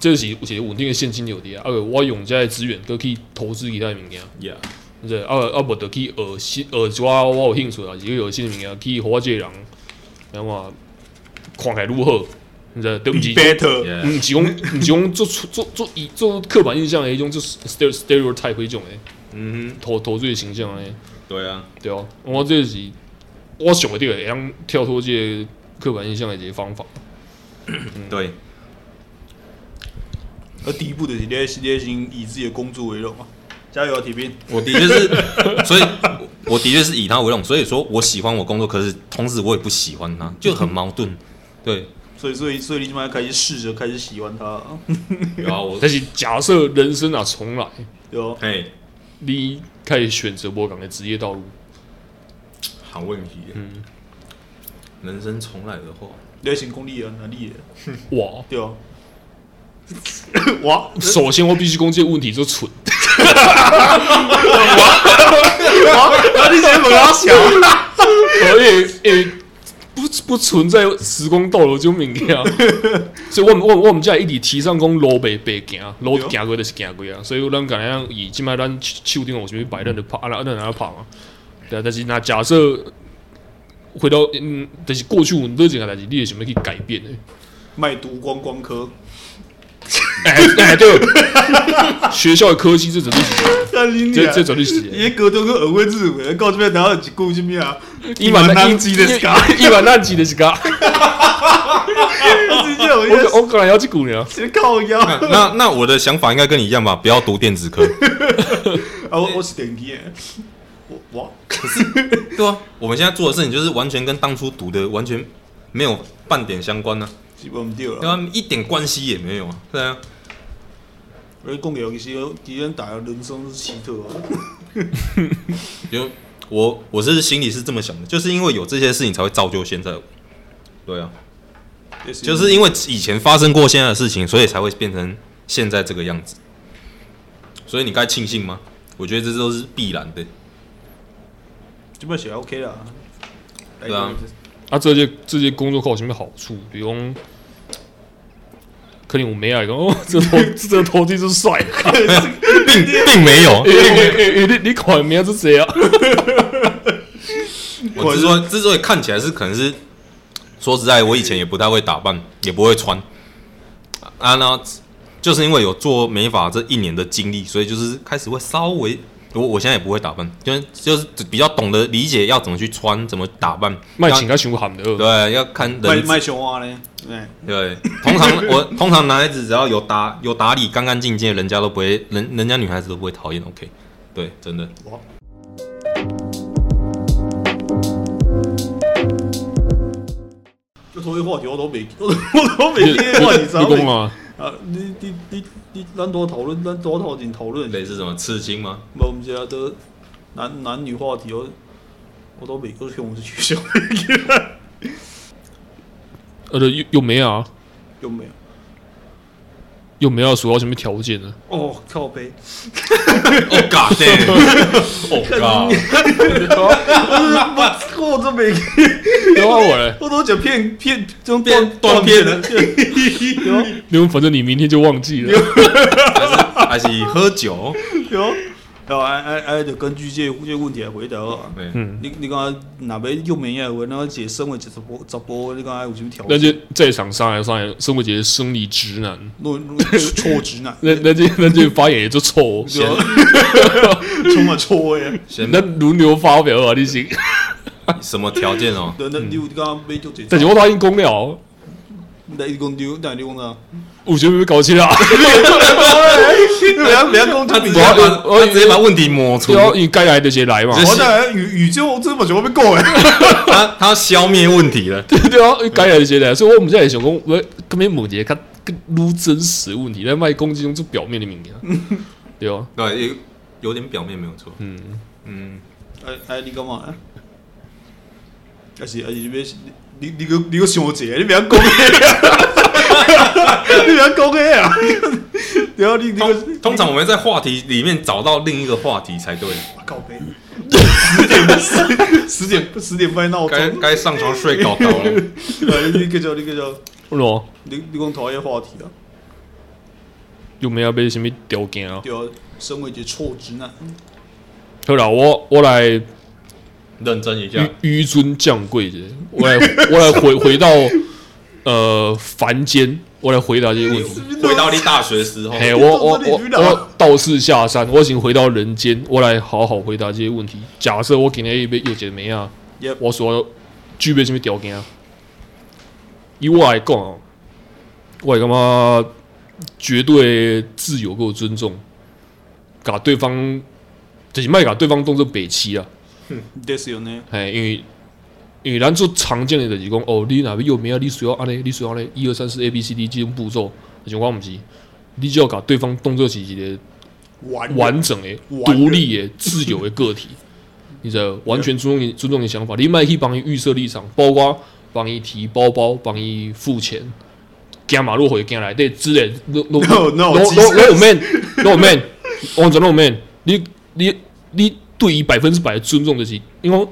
Speaker 1: 这是有一个稳定的现金流的啊。啊袂我用这些资源搁去投资其他的物件，
Speaker 3: 呀，
Speaker 1: 对啊啊无得去学新学一寡我有兴趣啊，是去学新的物件，去互我这个人，然后嘛，看起来如何，你知道对毋是
Speaker 2: better，
Speaker 1: 毋是讲毋是讲做做做以做刻板印象的迄种，就是 stere- stereotype 迄种诶。
Speaker 3: 嗯
Speaker 1: 投投资的形象诶，
Speaker 3: 哼，对啊，
Speaker 1: 对啊，我这是我想的这个会当跳脱这个刻板印象的一个方法。
Speaker 3: 对，
Speaker 2: 而第一步就是你系列型以自己的工作为荣嘛，加油啊，铁兵！
Speaker 3: 我的确是，所以我的确是以他为荣，所以说我喜欢我工作，可是同时我也不喜欢他，就很矛盾。对，
Speaker 2: 所以，所以，所以你他妈开始试着开始喜欢他，啊
Speaker 3: 然后啊我
Speaker 1: 但是假设人生啊重来，
Speaker 2: 对哦，
Speaker 3: 哎，
Speaker 1: 你开始选择无同的职业道路，
Speaker 3: 好问题，嗯，人生重来的话，
Speaker 2: 你要行功力啊，哪力的？
Speaker 1: 哇！
Speaker 2: 对哦，哇
Speaker 1: 首先我必须讲这个问题就蠢，
Speaker 2: 哇，那你先不要想，
Speaker 1: 而且诶不不存在时光倒流这种物件，所以我们我们我们这一直提倡讲路白白行，路
Speaker 2: 对
Speaker 1: 行过就是行过啊，所以咱敢若以即摆咱手手顶有啥物摆咱就拍，啊咱咱就拍嘛。对啊，但是若假设回到嗯，但是过去阮做一件代志，你会想要去改变的。
Speaker 2: 卖毒光光科，
Speaker 1: 哎哎，对， 学校的科技这绝对是，
Speaker 2: 干你
Speaker 1: 这这
Speaker 2: 娘！
Speaker 1: 绝对是。
Speaker 2: 你的歌都跟耳位日文，到这边然后一句什么啊？
Speaker 1: 伊万
Speaker 2: 一万几的是
Speaker 1: 噶， 伊万难记的是 噶。
Speaker 2: 直接有一
Speaker 1: 我
Speaker 2: 个
Speaker 1: 我可能要去鼓呢。
Speaker 2: 直接靠腰
Speaker 3: 那
Speaker 2: 啊！
Speaker 3: 那那我的想法应该跟你一样吧，不要读电子科。
Speaker 2: 我我是电机的，我哇，
Speaker 3: 对啊，我们现在做的事情就是完全跟当初读的完全没有半点相关呢、啊
Speaker 2: 基本唔对
Speaker 3: 对
Speaker 2: 啦。
Speaker 3: 啊，一点关系也没有啊，对啊。
Speaker 2: 而讲个其实，敌人打的人生是奇特啊。
Speaker 3: 就我我是心里是这么想的，就是因为有这些事情才会造就现在我。对啊，就是因为以前发生过现在的事情，所以才会变成现在这个样子。所以你该庆幸吗？我觉得这都是必然的。
Speaker 2: 基本写 OK 啦。
Speaker 3: 对啊
Speaker 1: 啊，这些这些工作课有什么好处？比如讲，可能我没爱讲哦，这头 这头巾是帅，啊
Speaker 3: 并并没有，
Speaker 1: 诶 诶诶，欸你你款名字谁啊？
Speaker 3: 我之所以之所以看起来是可能是，说实在，我以前也不太会打扮，也不会穿啊，那就是因为有做美发这一年的经历，所以就是开始会稍微，我我现在也不会打扮，就是就是比较懂得理解要怎么去穿，怎么打扮，
Speaker 1: 卖
Speaker 3: 要
Speaker 1: 请他熊 喊的，
Speaker 3: 对，要看
Speaker 2: 卖
Speaker 3: 人
Speaker 2: 卖熊蛙呢？哎，
Speaker 3: 对，通常我 通常男孩子只要有打有打理干干净净，人家都不会，人人家女孩子都不会讨厌。OK，对，真的。
Speaker 2: 哇这头一话题我都没，我都我都没
Speaker 1: 你
Speaker 2: 听这话题，
Speaker 1: 你
Speaker 2: 知道
Speaker 1: 讲
Speaker 2: 吗？
Speaker 1: 啊，
Speaker 2: 啊，你你你你，咱多讨论，咱多头前讨论。
Speaker 3: 类似什么刺青吗？
Speaker 2: 无，毋是啊，都男男女话题我我都没，我熊是取消
Speaker 1: 呃，又又没啊，
Speaker 2: 有没有？
Speaker 1: 又没有说到什么条件呢？
Speaker 4: 哦，靠背，
Speaker 3: 哦，God damn！哦 God！
Speaker 4: 我我都没，
Speaker 1: 然后哎我嘞，
Speaker 2: 我都讲骗骗这种
Speaker 3: 变断片了，
Speaker 1: 因为反正你明天就忘记了。
Speaker 3: 还是喝酒？
Speaker 2: 有。然后哎哎哎，就根据这这问题来回答啊。
Speaker 3: 对，
Speaker 1: 嗯，
Speaker 2: 你你讲若要用名的话，那这身为一直播直播，你讲有什么条
Speaker 1: 那
Speaker 2: 件？
Speaker 1: 就在场上来上来，生活节生理直男，
Speaker 2: 那那错直男，
Speaker 1: 那那就那就发言也就臭，
Speaker 2: 对吧充满错的。
Speaker 3: 先
Speaker 1: 那轮流发表啊，你行。
Speaker 3: 什么条件哦？
Speaker 2: 那那你有讲要就这？
Speaker 1: 但是我答应公了，
Speaker 2: 那你讲你，那你讲啥？
Speaker 1: 我觉得被搞清了。
Speaker 2: 不要不要讲
Speaker 3: 他
Speaker 2: 这
Speaker 3: 直
Speaker 2: 名
Speaker 3: 接
Speaker 1: 我要
Speaker 3: 把
Speaker 1: 我要
Speaker 3: 他直接把问题抹除
Speaker 1: 对，啊，你该来的先来嘛。
Speaker 3: 这
Speaker 2: 我在宇宇宙这么久被告哎，
Speaker 3: 他他要消灭问题了。
Speaker 1: 对啊，该来的先来。所以我们现在也想讲，我根本某节看更撸真实的问题，但卖攻击用做表面的名言，对啊。
Speaker 3: 对，有有点表面没有错。
Speaker 1: 嗯，
Speaker 3: 嗯，
Speaker 2: 哎哎，你干嘛？还是还是要你你个你个想者，你不要讲个，你不要讲个啊！然后你你个
Speaker 3: 通通常我们在话题里面找到另一个话题才对。
Speaker 2: 告别。十点十十点半闹钟，
Speaker 3: 该该上床睡搞搞了。
Speaker 2: 来你继续你继续，
Speaker 1: 为什么？
Speaker 2: 你你讲讨厌话题啊？
Speaker 1: 有没有被什么条件啊？
Speaker 2: 对啊，身为一个臭直男，
Speaker 1: 好啦，我我来
Speaker 3: 认真一下
Speaker 1: 纡，纡尊降贵的，我来我来回回到呃凡间，我来回答这些问题。
Speaker 3: 回到你大学时候，
Speaker 1: 嘿， 我我
Speaker 2: 你
Speaker 1: 我
Speaker 2: 遇到
Speaker 1: 我道士下山，我已经回到人间，我来好好回答这些问题。假设我今天一杯有姐妹啊
Speaker 2: Yep，
Speaker 1: 我所具备什么条件啊？以我来讲哦，我会感觉绝对自由跟尊重，把对方就是卖把对方当做北欺啊。
Speaker 2: ですよね。
Speaker 1: 嘿，因为因为咱做常见的就是讲，哦，你若边有名啊，你需要安尼，你需要安尼，一二三四 A B C D 这种步骤，但是我毋是，你只要把对方当做是一个
Speaker 2: 完
Speaker 1: 完整的、
Speaker 2: 完人
Speaker 1: 独立的、自由的个体，你的完全尊重你尊重你的想法，你卖去帮伊预设立场，包括帮伊提包包，帮伊付钱。行马路回行来，对，之类，no no
Speaker 2: No, no,
Speaker 1: no
Speaker 2: Jesus.
Speaker 1: no man no man，完全 no man，你你你对伊百分之百的尊重就是，因为。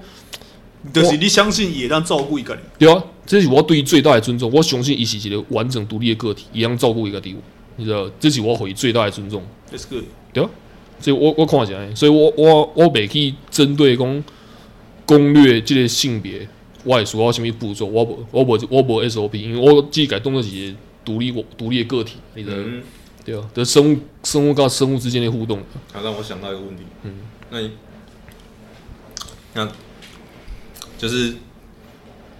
Speaker 2: 就是你相信也当照顾一个人，
Speaker 1: 对啊，这是我对于最大的尊重。我相信伊是一个完整独立的个体，一样照顾一个敌我，你知道，这是我回最大的尊重。
Speaker 2: that's good。
Speaker 1: 对啊，所以我我看起来，所以我我我袂去针对讲攻略这个性别，我会需要什么步骤，我无我无我无 SOP，因为我自己当做是一个独立我独立的个体，你知道，
Speaker 3: 嗯，
Speaker 1: 对啊，就是生物生物跟生物之间的互动。
Speaker 3: 他让我想到一个问题，嗯，那你那就是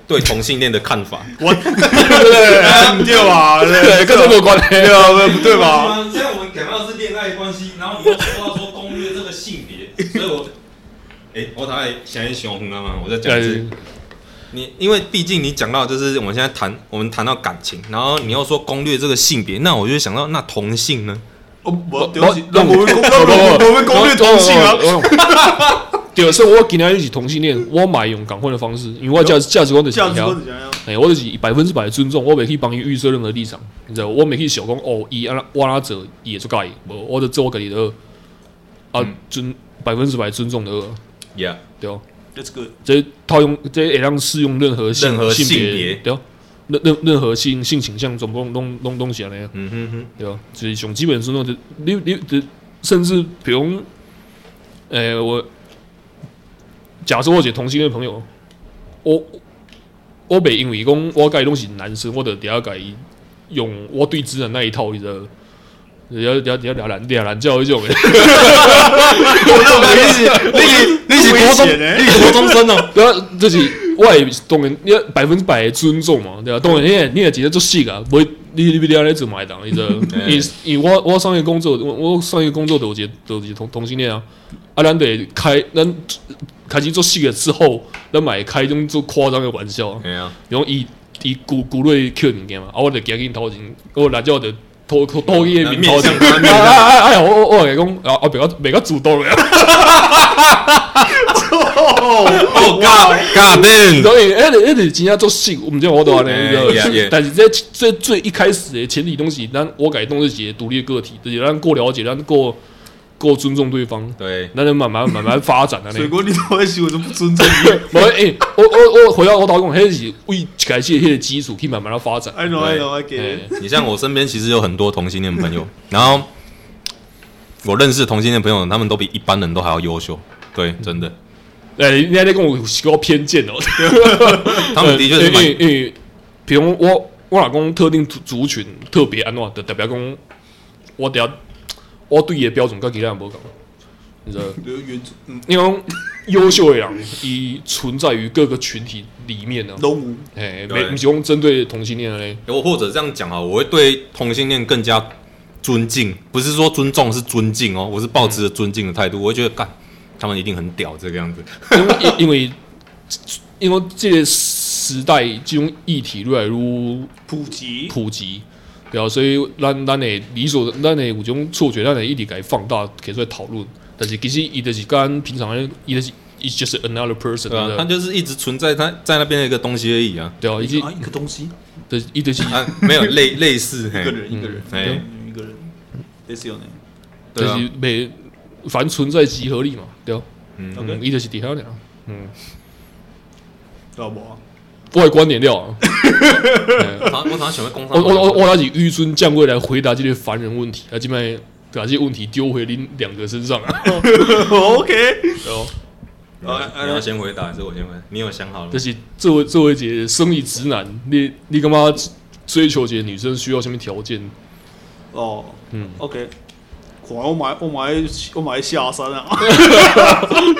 Speaker 3: 对同性恋的看法，
Speaker 2: 对对吧？对，
Speaker 1: 跟这没有关系啊，
Speaker 2: 不 对 吧？？
Speaker 3: 现在我们讲到是恋爱关系，然后你又说到说攻略这个性 别，所以我，哎、我大概想一想，你知道啊吗？我再
Speaker 1: 哎
Speaker 3: 讲一次。你因为毕竟你讲到就是我们现在谈我们谈到感情，然后你又说攻略这个性别，那我就想到那同性呢？
Speaker 2: 哦，不，对不起，那我们攻，我们攻略同性啊。
Speaker 1: 啊。对，所以我今天是同性恋，我买用赶快的方式，因为我的价值价值观就是
Speaker 2: 价
Speaker 1: 一
Speaker 2: 值观
Speaker 1: 条
Speaker 2: 是，怎样？
Speaker 1: 哎，我就是百分之百尊重，我袂去帮伊预设任何立场，你知道，我袂去想讲哦，伊安我安怎做伊会做介意，无，我就做我家己的好啊
Speaker 3: 嗯，
Speaker 1: 尊百分之百尊重的好，
Speaker 3: Yeah，
Speaker 1: 对哦，
Speaker 2: That's good。
Speaker 1: 这套用这会让适用任何性
Speaker 3: 任何
Speaker 1: 性
Speaker 3: 性
Speaker 1: 别
Speaker 3: 别，
Speaker 1: 对哦，任任任何性性倾向，总共拢拢拢是安尼啊。
Speaker 3: 嗯哼哼，
Speaker 1: 对吧？就是上基本尊重，就你你就甚至比如讲，诶、我假设我有一个同性恋朋友，我我袂因为讲我介拢是男生，我就底下介用我对直男那一套，伊就了了了了难了难叫迄种诶，
Speaker 3: 你是你是你是国中，
Speaker 2: 危险欸
Speaker 3: 你是国中生 哦。
Speaker 1: 对啊，就是我也当然你百分之百的尊重嘛，对啊，当然你也你也真正做死啊，袂你你你安尼做嘛会当，伊就因因为我我上一个工作，我我上一个工作都有一个都有一个同同性恋啊，啊，咱得开咱开始做戏了之后，咱嘛会开种做夸张的玩笑啊，
Speaker 3: 哎呀，
Speaker 1: 然后伊伊古古瑞捡物件嘛，啊，我就行去头前，我来叫就偷偷偷伊的面头前，
Speaker 3: 面向他面
Speaker 1: 啊
Speaker 3: 向
Speaker 1: 啊 啊啊！我我我甲伊讲，啊啊，袂个袂个主动了，
Speaker 3: 哦，God God damn！
Speaker 1: 所以，哎，哎，你真正做戏，我们就我懂啊，
Speaker 3: 哎
Speaker 1: 那个
Speaker 3: yeah, yeah.。
Speaker 1: 但是在最最一开始的前提东西，咱我改动是一个独立的个体，就是咱够了解，咱够够尊重对方，
Speaker 3: 对，
Speaker 1: 咱就慢慢慢慢发展啊。那
Speaker 2: 水果你都会喜我就不尊重你。
Speaker 1: 无诶，哎我我我回到我头讲，迄是为一开始迄个基础去慢慢的发展。
Speaker 3: 哎
Speaker 2: I know, I know, I get
Speaker 1: 诶
Speaker 2: it。，
Speaker 3: 你像我身边其实有很多同性恋朋友，然后我认识同性恋朋友，他们都比一般人都还要优秀。对，真的，
Speaker 1: 诶，哎你还在跟我有些偏见哦。嗯
Speaker 3: 他 们的确
Speaker 1: 因
Speaker 3: 是
Speaker 1: 为
Speaker 3: 蛮
Speaker 1: 因为，比如我我老公特定族族群特别安怎，就代表讲我等下我对伊的标准跟其他人无共，你知道？
Speaker 2: 比如原住，嗯，
Speaker 1: 因为讲优秀的人，伊存在于各个群体里面呢、啊。
Speaker 2: 龙武
Speaker 1: 哎，没
Speaker 3: 对
Speaker 1: 不是讲针对同性恋的嘞，
Speaker 3: 我或者这样讲啊，我会对同性恋更加尊敬，不是说尊重，是尊敬哦，我是抱持着尊敬的态度，我会觉得干，他们一定很屌这个样子。
Speaker 1: 因为因为因为这个时代这种议题越来越
Speaker 2: 普及，
Speaker 1: 普及，对啊，所以咱咱的理所咱的有种错觉，咱的一直给它放大，给出来讨论。但是其实伊就是跟平常人，伊就是 it's just another person，
Speaker 3: 对啊， 他就是一直存在他在那边的一个东西而已啊，
Speaker 1: 对啊，伊
Speaker 2: 啊，一个东西，
Speaker 1: 就是伊就是
Speaker 3: 啊，没有 类类似，嘿
Speaker 2: 一个人，一个人，
Speaker 3: 哎
Speaker 2: 一个人，That's your name。
Speaker 1: 就
Speaker 3: 对啊
Speaker 1: 是每凡存在即合理嘛，对啊，嗯，
Speaker 2: OK，
Speaker 1: 伊就是底下俩，嗯，
Speaker 2: 要不啊，
Speaker 1: 我的观点了啊。嘿
Speaker 3: 我常我常想会工
Speaker 1: 我
Speaker 3: 商，
Speaker 1: 我我我拿起纡尊降贵来回答这些凡人问题，啊，今麦把这些问题丢回恁两个身上啊。
Speaker 2: OK，
Speaker 1: 对哦，
Speaker 3: 你要你要先回答还是我先回答？你有想好了吗
Speaker 1: 就？是作为作为一个生理直男，你你干嘛追求一个女生需要什么条件？
Speaker 2: 哦，
Speaker 1: 嗯
Speaker 2: 嗯，OK，看我买我买我买下山啊，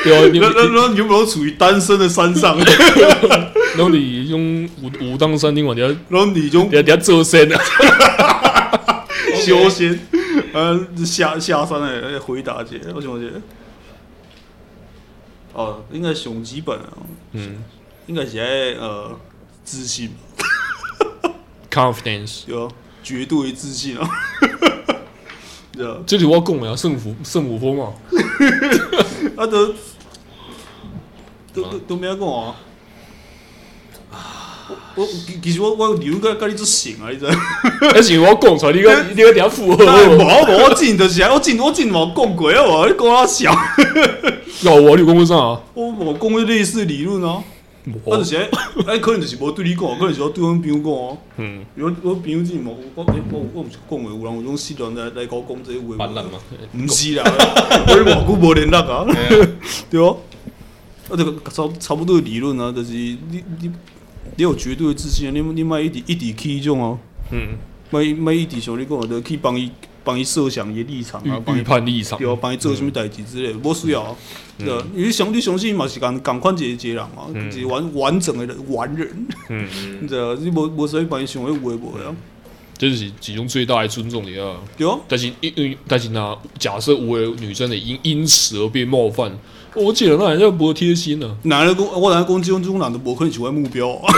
Speaker 1: 对啊，你
Speaker 2: 那那那你有没有处于单身的山上？
Speaker 1: 然后你用武武当山顶往底下
Speaker 2: 然后你就
Speaker 1: 底下底下做身啊，
Speaker 2: 修仙，呃，下下山的呃回答者，我想我觉得，哦，应该上基本啊，
Speaker 1: 嗯
Speaker 2: 应该是在呃自信吧，
Speaker 1: ，confidence，
Speaker 2: 对吧？绝对自信啊， 对啊，
Speaker 1: 这是我讲的啊，圣母圣母峰嘛，
Speaker 2: 啊都都都都没讲啊。我我其其实我我留个跟你做神啊，你知道？
Speaker 1: 而且我讲出来，你个你个底下附和
Speaker 2: 无
Speaker 1: 我，
Speaker 2: 无，我进就是我进我进冇讲过啊，我你讲我小，
Speaker 1: 要我你有讲过啥啊？
Speaker 2: 我冇讲过类似理论啊。我就是在，哎，可能就是无对你讲，可能是我对阮朋友讲哦。
Speaker 1: 嗯，
Speaker 2: 因为我朋友之前无，我我我我毋是讲话，有人有种失恋来来甲我讲这话。
Speaker 3: 班烂吗？
Speaker 2: 毋是啦，我咧偌久无联络啊， 对啊。啊，这个差差不多的理论啊，就是你你你有绝对的自信啊，你你莫一直一直去迄种哦，
Speaker 1: 嗯，
Speaker 2: 莫莫一直像你讲的，就去帮伊帮伊设想伊的立场啊，帮
Speaker 1: 预预
Speaker 2: 伊
Speaker 1: 判立场，
Speaker 2: 对啊，帮伊做什物代志之类的，无需要啊。对啊，因为相对相信嘛是共共款一个一个人啊，一个完完整的人完人，
Speaker 1: 嗯，
Speaker 2: 你知道，你无无啥物帮伊想迄有诶无诶啊，
Speaker 1: 这就是其中最大的尊重的啊。
Speaker 2: 对啊，
Speaker 1: 但是因因但是呢，假设我有女生的因因此而被冒犯，我觉得那人家不贴心呢、
Speaker 2: 哪来讲我哪来讲即种即种人都无可能是我的目标啊。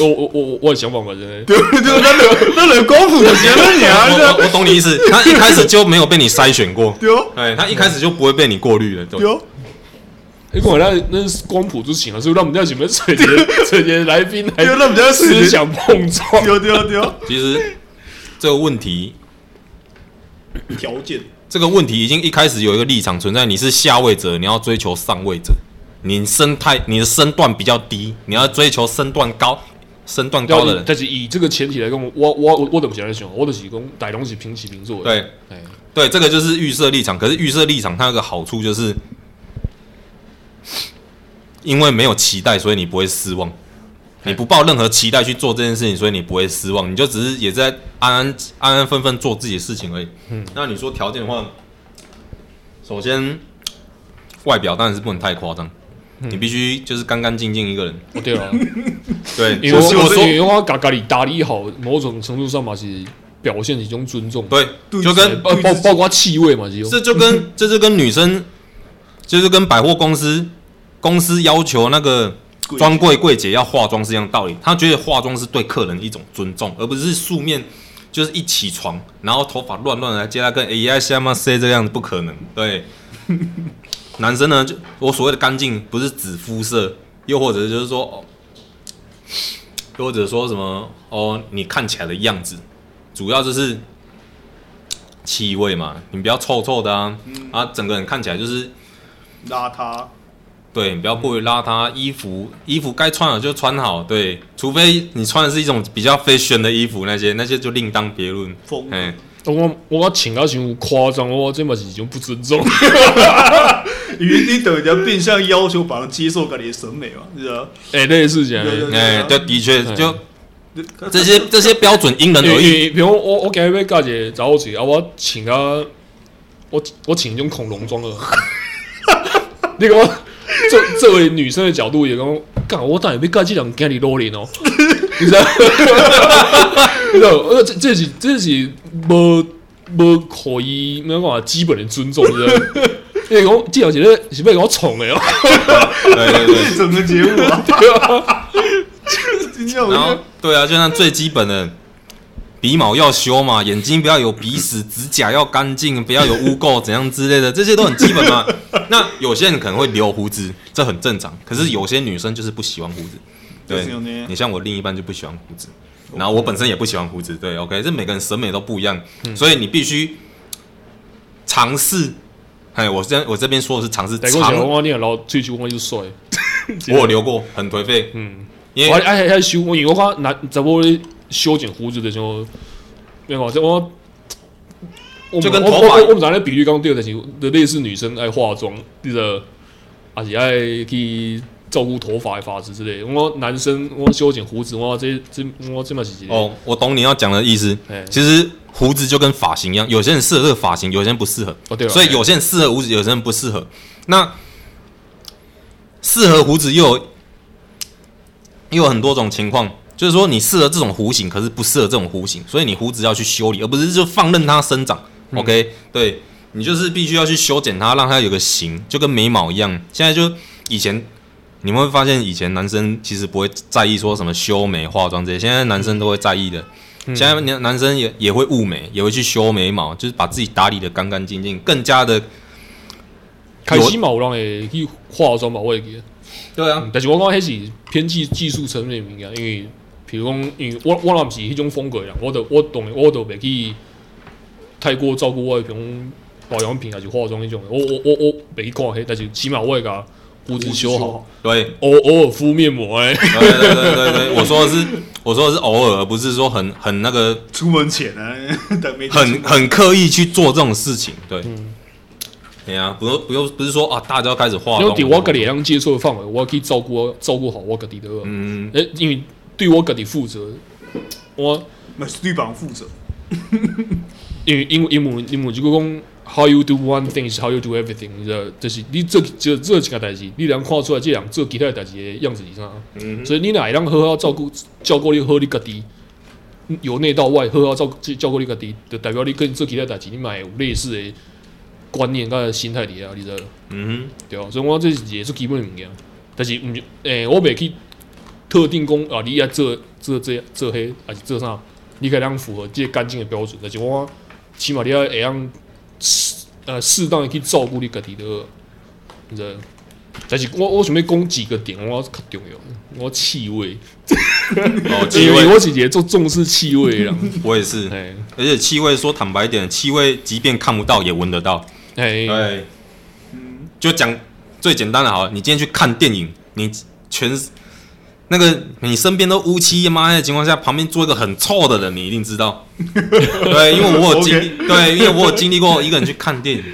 Speaker 1: 我我我我的想法嘛，真的。
Speaker 2: 对对，咱两 咱两功夫就行了，你
Speaker 3: 我
Speaker 2: 啊，
Speaker 3: 我我懂你 意思，他一开始就没有被你筛选过，
Speaker 2: 对啊
Speaker 3: 哎，他一开始就不会被你过滤了，对
Speaker 2: 对啊，
Speaker 1: 你看那那是光谱就行了，所以让我们家前面水节水节来宾来
Speaker 2: 对啊，咱们在
Speaker 1: 思，想碰撞。
Speaker 2: 对啊对啊对啊，
Speaker 3: 其实这个问题，
Speaker 2: 条件
Speaker 3: 这个问题已经一开始有一个立场存在，你是下位者，你要追求上位者，你身态你的身段比较低，你要追求身段高，身段
Speaker 1: 然
Speaker 3: 高
Speaker 1: 后
Speaker 3: 的
Speaker 1: 你
Speaker 3: 人，
Speaker 1: 但是以这个前提来讲，我我我我怎么想来想，我的是讲逮东西平起平坐的。
Speaker 3: 对
Speaker 1: 哎，
Speaker 3: 对，这个就是预设立场。可是预设立场它有个好处就是，因为没有期待，所以你不会失望。你不抱任何期待去做这件事情，所以你不会失望，你就只是也在安安安安分分做自己的事情而已。嗯，那你说条件的话，首先外表当然是不能太夸张，你必须就是干干净净一个人。
Speaker 1: 哦对了，
Speaker 3: 对，
Speaker 1: 因为
Speaker 3: 我
Speaker 1: 我
Speaker 3: 我
Speaker 1: 因为
Speaker 3: 说
Speaker 1: 我嘎嘎里打理好，某种程度上嘛是表现一种尊重，
Speaker 3: 对，
Speaker 2: 对
Speaker 3: 就
Speaker 1: 哎
Speaker 3: 跟
Speaker 1: 包包包括气味嘛，是用
Speaker 3: 这就跟这就跟女生，就是跟百货公司公司要求那个
Speaker 2: 贵
Speaker 3: 专柜柜姐要化妆是一样道理。她觉得化妆是对客人一种尊重，而不是素面就是一起床，哎然后头发乱乱的来接她跟 AI 下妈 C 这样子不可能。对，男生呢，就我所谓的干净，不是指肤色，又或者就是说，哦又或者说什么哦，你看起来的样子，主要就是气味嘛，你不要臭臭的啊，啊，整个人看起来就是
Speaker 2: 邋遢，
Speaker 3: 对，你不要过于邋遢，衣服衣服该穿的就穿好，对，除非你穿的是一种比较 fashion 的衣服，那些那些就另当别论。
Speaker 2: 风格
Speaker 3: 哎，
Speaker 1: 我我请到有夸张，我这嘛是一种不尊重。
Speaker 2: 因为你等人家变相要求把人接受个你的审美嘛，是啊吧？
Speaker 1: 哎，类似这样。
Speaker 2: 对对对
Speaker 3: 哎，对，的确
Speaker 1: 哎
Speaker 3: 就这些这些标准因人
Speaker 1: 因
Speaker 3: 而
Speaker 1: 为
Speaker 3: 异。
Speaker 1: 因为比如我我今日要嫁一个查某一啊，我穿啊，我我穿一种恐龙 装了。你讲作作为女生的角度也讲，干我当然要嫁这人，今日裸脸哦， 你知道？你知道？呃，这这是这是无无可以那讲基本的尊重，你知道？你讲这人是咧是要给我宠的哦，
Speaker 3: 对对对，
Speaker 2: 整个节目啊，
Speaker 1: 对啊
Speaker 2: 真的我
Speaker 3: 然后
Speaker 2: 觉
Speaker 3: 对啊，就像最基本的，鼻毛要修嘛，眼睛不要有鼻屎，指甲要干净，不要有污垢，怎样之类的，这些都很基本 嘛。那有些人可能会留胡子，这很正常。可是有些女生就是不喜欢胡子，
Speaker 2: 就
Speaker 3: 对
Speaker 2: 是有那，
Speaker 3: 你像我另一半就不喜欢胡子，然后我本身也不喜欢胡子，对，OK，这每个人审美都不一样，
Speaker 2: 嗯
Speaker 3: 所以你必须尝试。哎，我这我这边说的是尝试
Speaker 1: 来讲小
Speaker 3: 尝，
Speaker 1: 龙
Speaker 3: 我
Speaker 1: 我你也老追求我就帅。
Speaker 3: 有留过，很颓废，嗯，因
Speaker 1: 我
Speaker 3: 为
Speaker 1: 爱爱修，哎我因为我看男查某咧修剪胡子的时候，没有，这我我
Speaker 3: 就跟
Speaker 1: 我我
Speaker 3: 头发
Speaker 1: 我我们常在比喻刚刚对的情况，的类似女生爱化妆，对的，而且啊爱去照顾头发、发质之类的。我男生我修剪胡子，我这这我这嘛是一个，
Speaker 3: 哦，我懂你要讲的意思
Speaker 1: 嘿。
Speaker 3: 其实胡子就跟发型一样，有些人适合这个发型，有些人不适合。
Speaker 1: 哦对了
Speaker 3: 所以有些人适合胡子，有些人不适合。那适合胡子又有又有很多种情况，就是说你适合这种弧形，可是不适合这种弧形，所以你胡子要去修理，而不是就放任它生长。OK，对你就是必须要去修剪它，让它有个形，就跟眉毛一样。现在就以前你们会发现，以前男生其实不会在意说什么修眉、化妆这些，现在男生都会在意的。现在男男生也也会雾眉，也会去修眉毛，就是把自己打理的干干净净，更加的
Speaker 1: 开始嘛有人会去化妆嘛，我会记得。
Speaker 3: 对啊，
Speaker 1: 但是我讲迄是偏技技术层面的物件，因为譬如讲，因为我我若毋是迄种风格的人，我都我懂，我都袂去太过照顾我的譬如讲保养品还是化妆迄种的，我我我我袂去看迄，但是起码我会甲胡子
Speaker 2: 得
Speaker 1: 修好，，
Speaker 3: 对，
Speaker 1: 偶偶尔敷面膜诶，
Speaker 3: 对对对对对对，我说的是我说的是偶尔，而不是说很很那个
Speaker 2: 出门前啊， 等没
Speaker 3: 很很刻意去做这种事情，对。对啊，不用不用，不是说啊，大家要开始化
Speaker 1: 因
Speaker 3: 妆
Speaker 1: 为。伫我家己会当接受的范围，我去照顾我照顾好我家己的，诶、
Speaker 3: 嗯，
Speaker 1: 因为对我家己负责，我。
Speaker 2: 那是对方负责，
Speaker 1: 因为英文英文英文就讲 how you do one thing is how you do everything，你知道，就是你做这这几件代志，你能看出来这人做其他代志的样子是啥。所以你哪会当好好照顾照顾你好你家己，由内到外好好照顾照顾你家己，就代表你跟做其他代志，你嘛会有类似的观念甲心态伫啊，你知道。
Speaker 3: 嗯
Speaker 1: 对啊，所以我这是也是基本的物件，但是毋是诶、我袂去特定讲啊，你要做做这做迄，还是做啥，你可以当符合这个干净的标准，但是我起码你要会当适呃适当的去照顾你家己的，你知道？但是我我想要讲几个点，我较重要，我气味，
Speaker 3: 哼，哦，气
Speaker 1: 因为
Speaker 3: 味，
Speaker 1: 我是一个做重视气味 的人，
Speaker 3: 我也是，
Speaker 1: 哎
Speaker 3: 而且气味说坦白一点，气味即便看不到也闻得到。
Speaker 1: 哎，
Speaker 3: 对，嗯就讲最简单的好了，你今天去看电影，你全那个你身边都乌漆嘛黑的情况下，旁边坐一个很臭的人，你一定知道。对，因为我有经历，对，因为我有经历过一个人去看电影，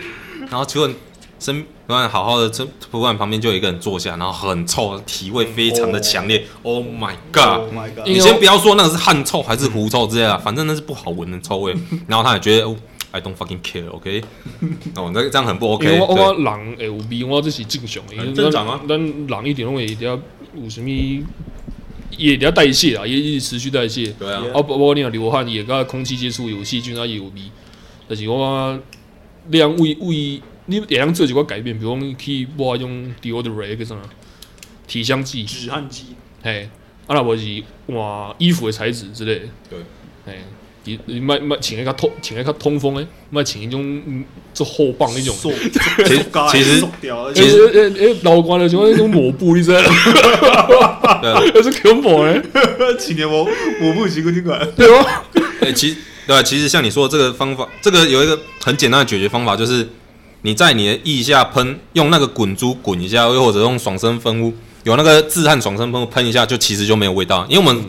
Speaker 3: 然后突然身突然好好的，突突然旁边就有一个人坐下，然后很臭，体味非常的强烈。Oh my god！
Speaker 2: Oh my god！
Speaker 1: 因
Speaker 3: 啊你
Speaker 1: 为
Speaker 3: 先不要说那个是汗臭还是狐臭之类的，反正那是不好闻的臭味。 然后他也觉得、哦、I don't fucking care，OK？、哦，那这样很不 OK
Speaker 1: 因为我
Speaker 3: 对
Speaker 1: 我人会有味，我这是正常的，因为
Speaker 3: 很正常啊
Speaker 1: 咱咱人一点拢会一定要有什么，也要代谢啊，也一直持续代谢。
Speaker 3: 对啊，
Speaker 1: 啊，包包括你若流汗，也跟空气接触有细菌啊，也有味。但是我量为为你会当做一寡改变，比如讲去抹迄种 deodorant 个啥物体香剂，啊
Speaker 2: 止汗剂，
Speaker 1: 嘿，啊若无是换衣服的材质之类的，
Speaker 3: 对，
Speaker 1: 嘿，你你卖卖请一个通请一个通风诶，卖请一种嗯做厚棒那种。
Speaker 2: 塑，
Speaker 3: 其
Speaker 2: 其
Speaker 3: 实其实
Speaker 2: 掉，
Speaker 1: 诶
Speaker 3: 其实
Speaker 1: 诶诶，诶老官的像那种抹布，你知道吗？
Speaker 3: 对啊，
Speaker 1: 那是恐怖诶，
Speaker 2: 今年我我不行，我尽管
Speaker 1: 对吧？
Speaker 3: 哎、其实 对啊，其实像你说的这个方法，这个有一个很简单的解决方法，就是你在你的腋下喷，用那个滚珠滚一下，又或者用爽身喷雾，有那个自汗爽身喷雾喷一下，就其实就没有味道，因为我们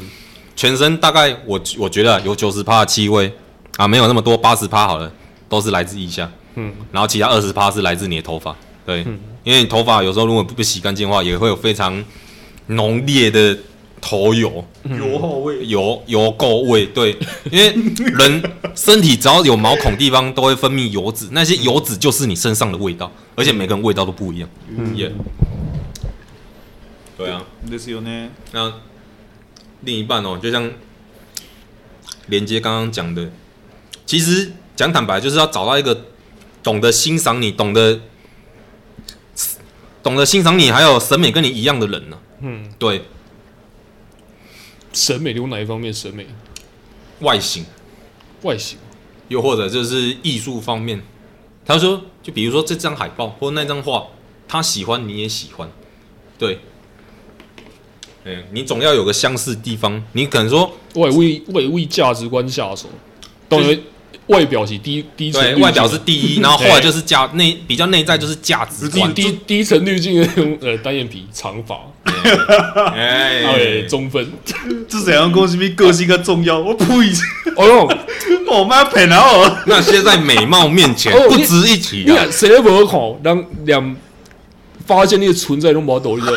Speaker 3: 全身大概我我觉得啊有九十趴的气味啊，没有那么多，八十趴好了，都是来自腋下，
Speaker 1: 嗯，
Speaker 3: 然后其他二十趴是来自你的头发，对，因为你头发有时候如果不不洗干净的话，也会有非常浓烈的头油，
Speaker 2: 油耗味，
Speaker 3: 油油垢味，对，因为人身体只要有毛孔地方都会分泌油脂，那些油脂就是你身上的味道，而且每个人味道都不一样。嗯，也、对啊，
Speaker 2: 就是有呢，
Speaker 3: 那另一半哦，就像连接刚刚讲的，其实讲坦白就是要找到一个懂得欣赏你、懂得懂得欣赏你，还有审美跟你一样的人呢、啊
Speaker 1: 嗯，
Speaker 3: 对
Speaker 1: 审美你有哪一方面审美？
Speaker 3: 外形。
Speaker 1: 外形。
Speaker 3: 又或者就是艺术方面，他说，就比如说这张海报或那张画，他喜欢你也喜欢，对，嗯、你总要有个相似地方，你可能说，
Speaker 1: 外为外为价值观下手，当然外表是低低层
Speaker 3: 对
Speaker 1: 滤，镜
Speaker 3: 外表是第一，然后后来就是价内比较内在就是价值
Speaker 1: 低
Speaker 3: 观，
Speaker 1: 低低层滤镜的那种呃单眼皮、长发，
Speaker 3: 哎
Speaker 1: 哎，中分，
Speaker 2: 这怎样讲什么个性较重要？我呸！
Speaker 1: 哦哟，
Speaker 2: 我妈骗了我，
Speaker 3: 那些在美貌面前
Speaker 1: 哦
Speaker 3: 不值一提
Speaker 1: 你
Speaker 3: 的
Speaker 1: 看，谁都不看，让两发现你的存在都没道理了，